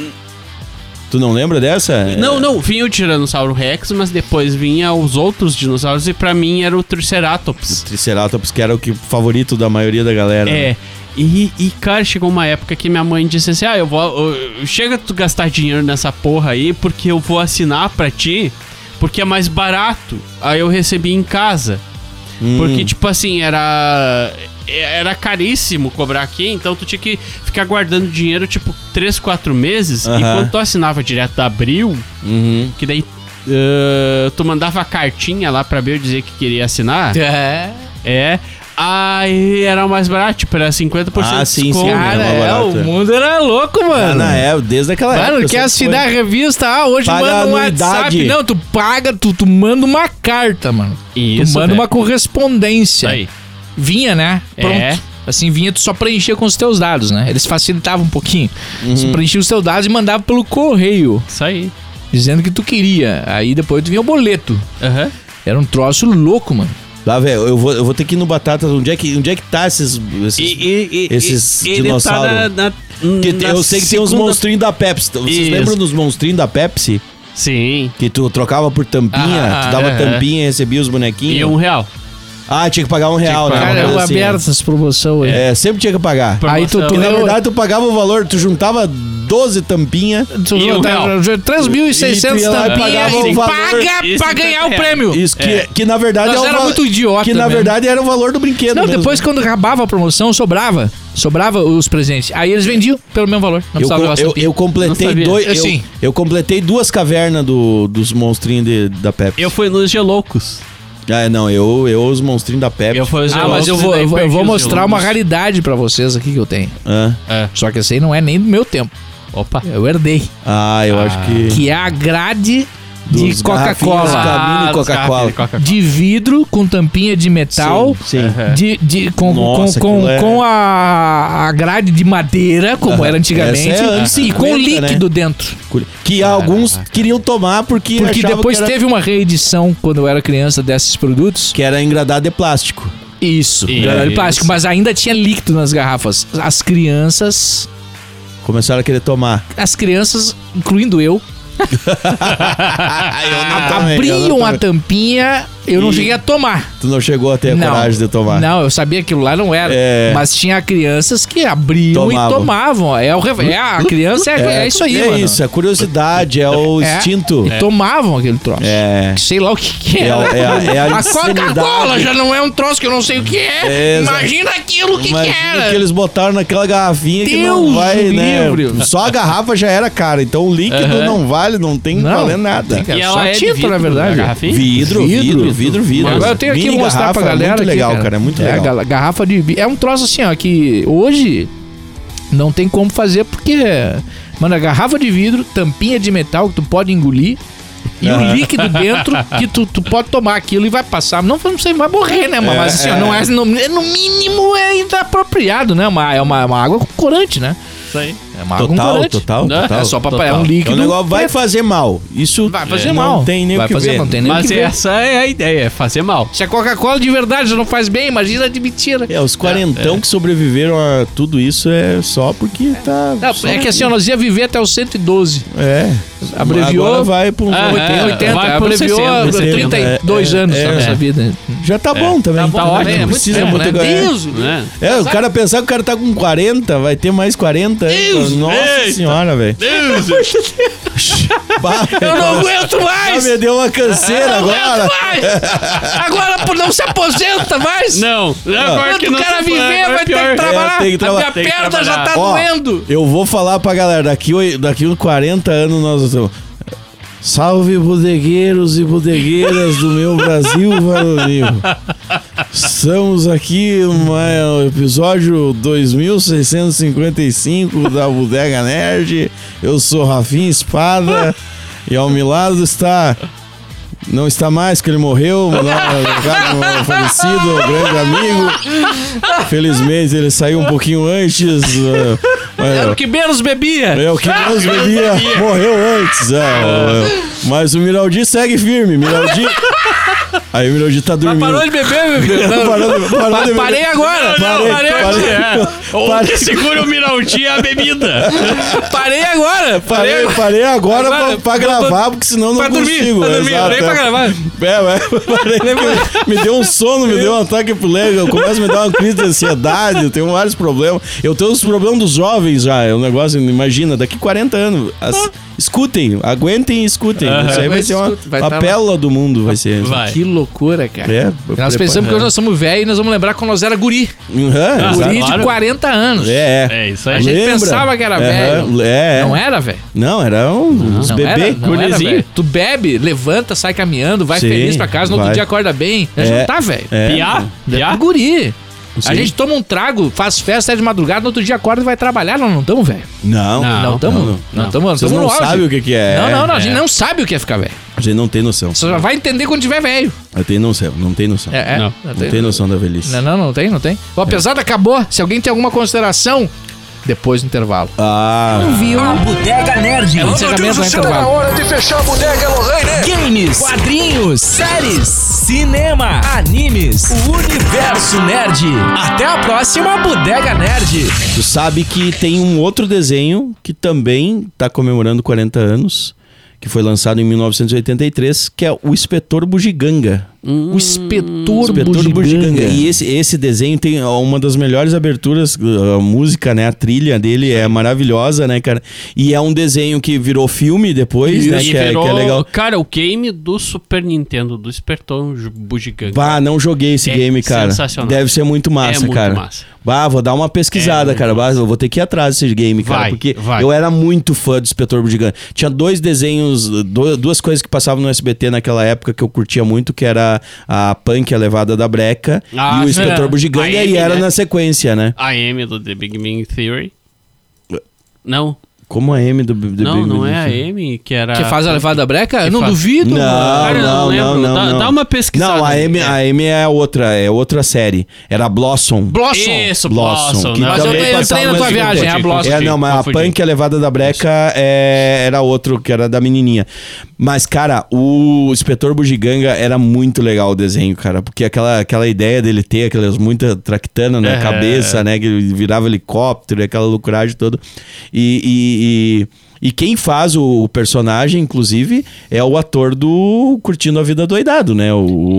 S3: Tu não lembra dessa?
S5: Não, não, vinha o Tiranossauro Rex, mas depois vinha os outros dinossauros e pra mim era o Triceratops.
S3: Triceratops, que era o que, favorito da maioria da galera. né?
S5: É. E, e, cara, chegou uma época que minha mãe disse assim: Ah, eu vou. eu- chega tu gastar dinheiro nessa porra aí, porque eu vou assinar pra ti, porque é mais barato. Aí eu recebi em casa.
S3: Hum.
S5: Porque, tipo assim, era. Era caríssimo cobrar aqui, então tu tinha que ficar guardando dinheiro, tipo, 3, 4 meses.
S3: Aham.
S5: E quando tu assinava direto da Abril,
S3: Uhum.
S5: que daí ah, tu mandava a cartinha lá pra Abril dizer que queria assinar.
S4: É.
S5: É. Aí era mais barato, tipo, era 50%
S3: Ah,
S5: de
S3: sim,
S5: desconto.
S3: sim,
S4: Cara,
S3: É,
S4: é,
S3: barato,
S4: o
S3: é.
S4: mundo era louco,
S3: Ah,
S4: mano.
S3: na época, desde aquela época.
S4: Mano,
S3: eu
S4: quer
S5: é
S3: sempre
S5: assim,
S4: assinar
S5: né?
S4: a revista? Ah, hoje
S3: Paga
S4: manda um
S3: a anuidade.
S4: WhatsApp. Não, tu paga, tu, tu manda uma carta, mano.
S5: Isso,
S4: tu manda
S5: velho.
S4: uma correspondência.
S5: Isso aí.
S4: Vinha, né? Pronto.
S5: É.
S4: Assim, vinha, tu só preenchia com os teus dados, né? Eles facilitavam um pouquinho. Tu preenchia os teus dados e mandava pelo correio,
S5: Isso aí.
S4: dizendo que tu queria. Aí depois tu vinha o boleto.
S5: Aham.
S4: Era um troço louco, mano.
S3: foi- Lá, velho, eu vou, eu vou ter que ir no Batatas. Onde é que, onde é que tá esses. esses...
S5: e,
S3: esses
S5: ele tá
S3: dinossauros.
S5: na- na-
S3: Que tem-
S5: na
S3: eu sei que tem uns
S5: segunda-
S3: monstrinhos da Pepsi. Vocês
S5: Isso.
S3: lembram dos monstrinhos da Pepsi?
S5: Sim.
S3: Que tu trocava por tampinha,
S4: Ah,
S3: tu dava
S5: aham.
S3: tampinha e recebia os bonequinhos.
S5: E um real.
S3: Ah, tinha que pagar um real, né?
S5: pagar.
S3: Uma
S4: Cara, é
S3: coisa
S4: eu
S3: assim,
S4: aberto
S3: né?
S4: essas promoções aí.
S3: É, sempre tinha que pagar.
S5: Pra-
S4: Aí tu, tu
S5: promoção.
S3: E na
S4: leu-
S3: verdade, tu pagava o valor, tu juntava 12 tampinhas.
S4: tu
S5: E
S4: leu,
S5: um
S4: tá,
S5: real.
S4: 3.600 tampinhas
S3: E tu ia lá e pagava
S4: e
S3: o valor.
S4: paga
S5: E
S4: pra
S5: 50
S4: ganhar o
S5: reais.
S4: prêmio.
S3: Isso que, que na verdade
S4: Nós
S3: é o
S4: era
S3: va-
S4: muito idiota
S3: Que na
S4: mesmo.
S3: verdade era o valor do brinquedo.
S4: Não,
S3: mesmo.
S4: depois quando acabava a promoção, sobrava. Sobrava os presentes. Aí eles vendiam pelo mesmo valor. Não
S3: Eu,
S4: precisava levar
S3: co- eu,
S4: essa-
S3: eu
S5: Não
S3: completei
S5: sabia.
S3: dois.
S4: Eu
S3: Eu,
S4: sim.
S3: eu completei duas cavernas do, dos monstrinhos de- da Pepsi.
S5: Eu fui nos Geloucos.
S3: Ah, não, eu, eu os monstrinhos da Pepsi.
S5: Eu fui nos
S4: Ah, mas eu
S5: Geloucos e
S4: vou,
S5: daí
S4: eu vou- eu
S5: perdi
S4: vou
S5: os
S4: mostrar uma
S5: Geloucos.
S4: raridade pra vocês aqui que eu tenho.
S3: Hã?
S4: Só que esse aí não é nem do meu tempo.
S5: Opa.
S4: Eu herdei.
S3: Ah, eu acho que.
S4: Que é a grade
S3: dos
S4: de
S3: garrafinhas,
S5: Ah,
S4: Coca-Cola.
S3: Camino e
S5: dos
S3: Coca-Cola.
S5: Camino e Coca-Cola.
S4: De vidro com tampinha de metal.
S3: Sim.
S5: Aham.
S4: De, de, com
S3: Nossa,
S4: com, com,
S3: aquilo é-
S4: com a, a grade de madeira, como
S3: Aham.
S4: era antigamente,
S3: Essa é né? anos
S4: e com
S3: 50,
S4: líquido dentro.
S3: Que alguns queriam tomar porque.
S4: Porque
S3: achavam
S4: depois
S3: que era,
S4: teve uma reedição, quando eu era criança, desses produtos.
S3: Que era engradado de plástico.
S4: Isso,
S5: Isso.
S4: era de plástico, mas ainda tinha líquido nas garrafas. As crianças,
S3: Começaram a querer tomar.
S4: as crianças, incluindo eu,
S3: Ah, eu
S4: abriam a tampinha, eu não cheguei a tomar.
S3: Tu não chegou a ter a
S4: não.
S3: coragem de tomar.
S4: Não, eu sabia que aquilo lá não era.
S3: É.
S4: Mas tinha crianças que abriam e
S3: Tomavam.
S4: tomavam. É, o, re- é a criança é, é isso aí,
S3: É
S4: mano.
S3: isso, é curiosidade, é o
S4: É.
S3: instinto.
S4: E tomavam aquele troço.
S3: É.
S4: Sei lá o que, que
S3: É,
S4: era.
S3: a- é a- é a
S4: a Coca-Cola
S3: insanidade.
S4: já não é um troço que eu não sei o que é.
S3: É, exato.
S4: Imagina aquilo o que, que
S3: Imagina
S4: era.
S3: que eles botaram naquela garrafinha que
S4: Deus
S3: não vai, né?
S4: livre.
S3: Só a garrafa já era cara, então o líquido
S5: Aham.
S3: não vale, não tem
S4: Não,
S3: valendo nada.
S4: Cara,
S5: E
S4: só
S5: ela é de
S4: tinta,
S5: vidro,
S4: na verdade.
S5: a garrafinha?
S3: Vidro, vidro, vidro, vidro.
S4: Agora eu tenho aqui
S3: Mini
S4: vou mostrar pra
S3: garrafa,
S4: galera.
S3: Muito
S4: aqui,
S3: legal, cara, é muito
S4: É,
S3: legal.
S4: gal- garrafa de bi- É um troço assim, ó, que hoje não tem como fazer porque. Mano, a garrafa de vidro, tampinha de metal que tu pode engolir. E o
S3: Aham.
S4: líquido dentro que tu, tu pode tomar aquilo e vai passar. Não, não sei, vai morrer, né? Mas,
S3: É,
S4: assim, ó,
S3: é.
S4: não é, no, no mínimo é apropriado, né? Uma, é uma, uma água com corante, né?
S5: Isso aí.
S4: É uma água com
S3: Total,
S4: corante.
S3: total,
S5: Né?
S3: total.
S4: É só pra
S5: total.
S4: é um
S3: É
S4: líquido.
S3: um negócio vai
S4: preto.
S3: fazer mal. Isso
S4: Vai fazer
S3: é,
S4: mal.
S3: Não tem nem
S4: vai
S3: o que
S4: fazer,
S3: ver.
S4: não tem nem o
S5: Mas
S4: que ver.
S5: essa é a ideia, é fazer mal.
S4: Se a Coca-Cola de verdade não faz bem, imagina né? de mentira.
S3: É, os quarentão que sobreviveram a tudo isso é só porque tá.
S4: Não,
S3: só-
S4: é que assim, ó, nós ia viver até os 112.
S3: É.
S4: Abreviou.
S3: Agora vai pra um
S5: Ah,
S3: oitenta.
S5: é,
S4: 80,
S5: vai pro
S4: abreviou
S5: 60,
S4: 32
S3: é,
S4: anos da
S3: é.
S4: nossa vida.
S3: Já tá bom também.
S5: bom, tá
S4: é
S5: ótimo.
S3: Não precisa muito agora. é.
S4: Deus,
S5: Né?
S3: É, o cara pensar que o cara tá com 40, vai ter mais 40.
S4: Deus,
S3: Nossa
S5: eita.
S3: senhora, velho.
S5: Deus!
S3: Bah,
S4: eu não
S3: nossa.
S4: aguento
S3: Ah,
S4: mais!
S3: me
S4: Eu
S3: deu uma canseira
S4: não é aguento
S3: agora.
S4: mais! é Agora pô, não se aposenta mais!
S5: Não, agora
S4: Quando
S5: que não
S4: o cara
S5: se
S4: viver,
S5: foi, agora
S4: vai
S5: é
S4: ter
S5: pior.
S4: que trabalhar.
S3: É, tem que traba-
S4: A minha
S5: tem que
S4: perna já tá
S5: trabalhar.
S3: Ó,
S4: doendo.
S3: eu vou falar pra galera, daqui, oi- daqui uns 40 anos nós estamos... Salve bodegueiros e bodegueiras do meu Brasil varonil. Estamos aqui no episódio 2655 da Bodega Nerd. Eu sou Rafinha Espada e ao meu lado está... Não está mais, que ele morreu, mandar um recado pro meu falecido, grande amigo. Felizmente ele saiu um pouquinho antes. eh, mas-
S4: Era É o que menos bebia.
S3: é o que menos bebia morreu antes. é, é. Mas o Miraldi segue firme. Miraldi. Aí o Miraldi tá dormindo.
S4: Parou de beber, bebê. Não,
S3: Parou- parou de beber.
S4: Parei agora.
S3: Parei,
S4: parei,
S3: parei.
S5: É. Ou
S3: Parei.
S5: que segura o Miraldi é a bebida.
S4: parei agora. Parei
S3: Parei,
S4: agora.
S3: parei agora,
S4: Agora,
S3: pra, pra
S4: pra-
S3: gravar, porque senão não
S4: Pra dormir,
S3: consigo.
S4: pra dormir,
S3: exato,
S4: parei pra
S3: é.
S4: gravar.
S3: É, mas parei porque me deu um sono, me deu um ataque epiléptico, eu começo a me dar uma crise de ansiedade, eu tenho vários problemas. Eu tenho os problemas dos jovens já, é um negócio, imagina, daqui 40 anos. as- escutem, aguentem e escutem. Isso aí vai
S4: Mas
S3: ser uma,
S4: escuta, vai
S3: uma
S4: tá lá.
S3: pérola do mundo, vai ser.
S5: Vai.
S4: Que loucura, cara.
S3: É,
S4: Nós pensamos que hoje nós somos velhos e nós vamos lembrar quando nós era guri.
S3: Aham, exato.
S4: Guri de
S5: claro.
S4: 40 anos.
S3: É, é.
S5: É isso
S4: tá. A
S5: aí.
S4: gente
S3: Lembra?
S4: pensava que era
S3: Aham,
S4: velho.
S3: É, é.
S4: Não era, velho.
S3: Não, era um, uns
S4: Não era,
S3: bebê.
S4: não era,
S5: Gurizinho.
S4: velho. tu bebe, levanta, sai caminhando, vai
S3: Sim,
S4: feliz pra casa, no outro
S3: vai.
S4: dia acorda bem. A gente
S3: É.
S4: não tá, velho.
S3: É.
S5: Piá?
S4: É
S5: Piá?
S4: guri. A
S3: Sim.
S4: gente toma um trago, faz festa, é de madrugada, no outro dia acorda e vai trabalhar. Nós não estamos, velho.
S3: Não,
S5: Ah, Não.
S4: Não estamos.
S3: não,
S4: Não estamos.
S3: Vocês não sabem o que, que é.
S4: Não, não, não. A
S5: é.
S4: gente não sabe o que é ficar velho.
S3: A gente não tem noção.
S4: Você só vai entender quando tiver velho.
S3: Eu tenho noção, não tem noção.
S4: É, é.
S5: Não,
S3: Não tem É. noção da velhice.
S4: Não, não, não tem, não tem. O pesada acabou. Se alguém tem alguma consideração, depois do intervalo. É
S3: Ah,
S6: Viu? A Bodega Nerd.
S4: Encerramento no intervalo.
S2: hora de fechar a bodega, Lorraine!
S6: Games, quadrinhos, séries, cinema, animes, o universo nerd. Até a próxima Bodega Nerd.
S3: tu sabe que tem um outro desenho que também tá comemorando 40 anos, que foi lançado em 1983, que é o Inspetor Bugiganga.
S4: o Inspetor,
S3: Inspetor Bugiganga.
S4: Hum. Bugiganga.
S3: E esse, esse desenho tem ó, uma das melhores aberturas, uh, a música, né? A trilha dele é maravilhosa, né, cara? E é um desenho que virou filme depois, né?
S5: E
S3: Que, é- que
S5: virou,
S3: é legal.
S5: Cara, o game do Super Nintendo, do Espertão Ju- Bugiganga.
S3: Bah, não joguei esse
S5: É
S3: game, cara.
S5: sensacional.
S3: Deve ser muito massa,
S5: É muito
S3: cara.
S5: massa.
S3: Bah, vou dar uma pesquisada,
S5: É muito
S3: cara. Bah, eu vou ter que ir atrás desse game, cara.
S5: Vai,
S3: porque
S5: vai.
S3: eu era muito fã do Inspetor Bugiganga. Tinha dois desenhos, do- duas coisas que passavam no SBT naquela época que eu curtia muito, que era a Punk, a levada da breca,
S5: Ah,
S3: e o
S5: sim.
S3: Inspetor Bugiganga,
S5: A
S3: e
S5: M,
S3: era
S5: né?
S3: na sequência, né?
S5: A M do The Big Bang Theory. Não,
S3: Como a M do, do
S5: não,
S3: Big
S5: não
S3: Bang
S5: é a
S3: Theory.
S5: M que
S6: Ah,
S5: era...
S4: Que faz a levada breca? Eu não
S5: faz-
S4: duvido.
S3: Não,
S5: Cara, eu não
S3: não, não,
S5: lembro.
S3: não,
S5: Dá-
S3: não.
S5: dá uma pesquisada
S3: Não, a
S5: aí,
S3: M,
S5: é.
S3: a M é outra, é outra série. Era a Blossom.
S4: Blossom.
S5: Isso,
S3: Blossom,
S5: Blossom.
S3: que
S5: né?
S4: Mas eu
S3: também
S4: entrei na
S3: passava
S4: tua
S3: no
S4: viagem, é a
S3: SBT.
S4: Blossom.
S3: É, não, mas a
S5: Confundi.
S3: Punk, a levada da breca, é, era outro, que era da menininha. Mas, cara, o Inspetor Bugiganga era muito legal o desenho, cara. Porque aquela, aquela ideia dele ter aquelas muita tractana na
S5: É.
S3: cabeça, né? Que ele virava helicóptero e aquela loucuragem toda. E... e- e- e quem faz o personagem, inclusive, é o ator do Curtindo a Vida Doidado, né? O,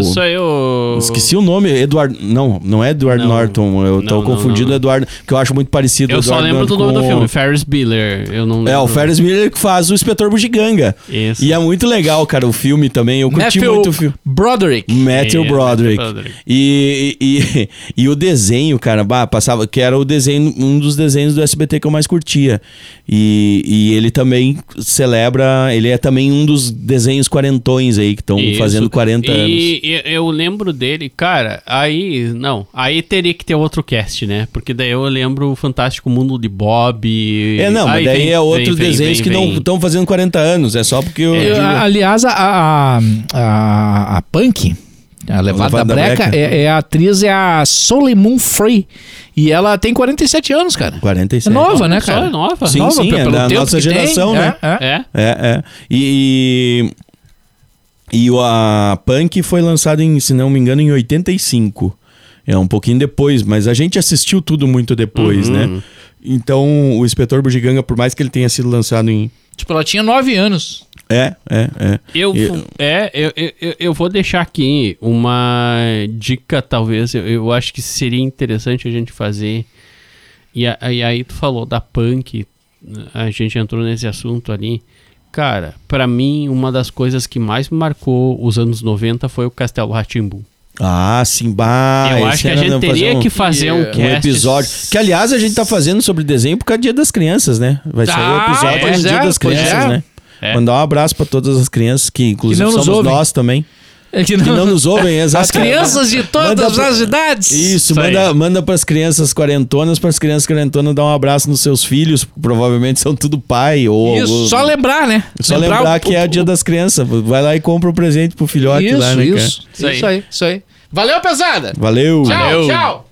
S5: Isso aí, o...
S3: Esqueci o nome, Eduardo. Não, não é Edward
S5: Não.
S3: Norton. Eu tô
S5: Não, não,
S3: confundindo
S5: não.
S3: Eduardo, que eu acho muito parecido
S5: Eu
S3: Edward
S5: só lembro
S3: Norton
S5: do nome do
S3: com-
S5: filme, Ferris Bueller. Eu não lembro.
S3: É, o Ferris Miller que faz o Inspetor Bugiganga.
S5: Isso.
S3: E é muito legal, cara, o filme também. Eu curti
S4: Matthew
S3: muito o filme.
S4: Broderick.
S3: Matthew
S5: É,
S3: Broderick.
S5: Matthew Broderick.
S3: E, e, e, e o desenho, cara, bah, passava, que era o desenho, um dos desenhos do SBT que eu mais curtia. E, e ele também celebra, ele é também um dos desenhos quarentões aí, que estão
S5: Isso.
S3: fazendo 40
S5: e,
S3: anos.
S5: e eu lembro dele, cara, aí. Não, aí teria que ter outro cast, né? Porque daí eu lembro o Fantástico Mundo de Bob.
S3: É, não, mas
S5: Aí
S3: daí
S5: vem-
S3: é outros
S5: vem- vem-
S3: desenhos
S5: vem-
S3: que não
S5: vem.
S3: estão fazendo 40 anos. É só porque. o-
S4: Eu, a- aliás, a, a, a, a Punk, a Levada da
S3: Levada
S4: Breca,
S3: Breca.
S4: É, é a atriz é a Soleimon Frey. E ela tem 47 anos, cara.
S3: 47.
S4: É nova, né,
S5: Só
S4: cara?
S5: é nova.
S3: Sim,
S4: nova
S3: sim,
S4: pe-
S3: é
S4: pelo
S3: da
S4: tempo
S3: nossa
S4: que tem,
S3: geração,
S4: é,
S3: né?
S4: é.
S5: É.
S3: É, é. E. e... E o- a Punk foi lançado em, se não me engano, em 85. É um pouquinho depois, mas a gente assistiu tudo muito depois,
S5: Uhum.
S3: né? Então, o Inspetor Bugiganga, por mais que ele tenha sido lançado em.
S4: Tipo, ela tinha 9 anos.
S3: É, é, é.
S5: Eu,
S3: E-
S5: vou- é, eu, eu- eu, eu vou deixar aqui uma dica, talvez. Eu, eu acho que seria interessante a gente fazer. E, a- e aí tu falou da punk, a gente entrou nesse assunto ali. Cara, pra mim, uma das coisas que mais me marcou os anos 90 foi o Castelo Ratimbu.
S3: Ah, Simba.
S5: eu acho que a gente teria que fazer um,
S3: um
S5: cast
S3: episódio. Que, aliás, a gente tá fazendo sobre desenho por causa do Dia das Crianças, né? Vai sair o
S4: Ah,
S3: episódio
S4: pois
S3: do Dia
S4: é,
S3: das
S4: pois
S3: Crianças,
S4: é.
S3: né?
S5: É.
S3: Mandar um abraço pra todas as crianças, que inclusive
S4: não nos
S3: somos
S4: ouvem.
S3: nós também,
S4: É
S3: que não nos ouvem, exato.
S4: As crianças de
S3: Manda
S4: todas
S3: pra-
S4: as idades.
S3: Isso,
S5: Isso aí.
S3: manda, manda pras crianças quarentonas, pras crianças quarentonas dar um abraço nos seus filhos, provavelmente são tudo pai ou...
S4: Isso,
S3: ou-
S4: só lembrar, né?
S3: só lembrar,
S4: o-
S3: que é o dia das crianças. Vai lá e compra um presente pro filhote
S4: Isso,
S3: lá, né, cara?
S4: isso.
S5: Isso aí.
S4: Isso aí, isso aí. Valeu, pesada!
S3: Valeu!
S4: Tchau, tchau!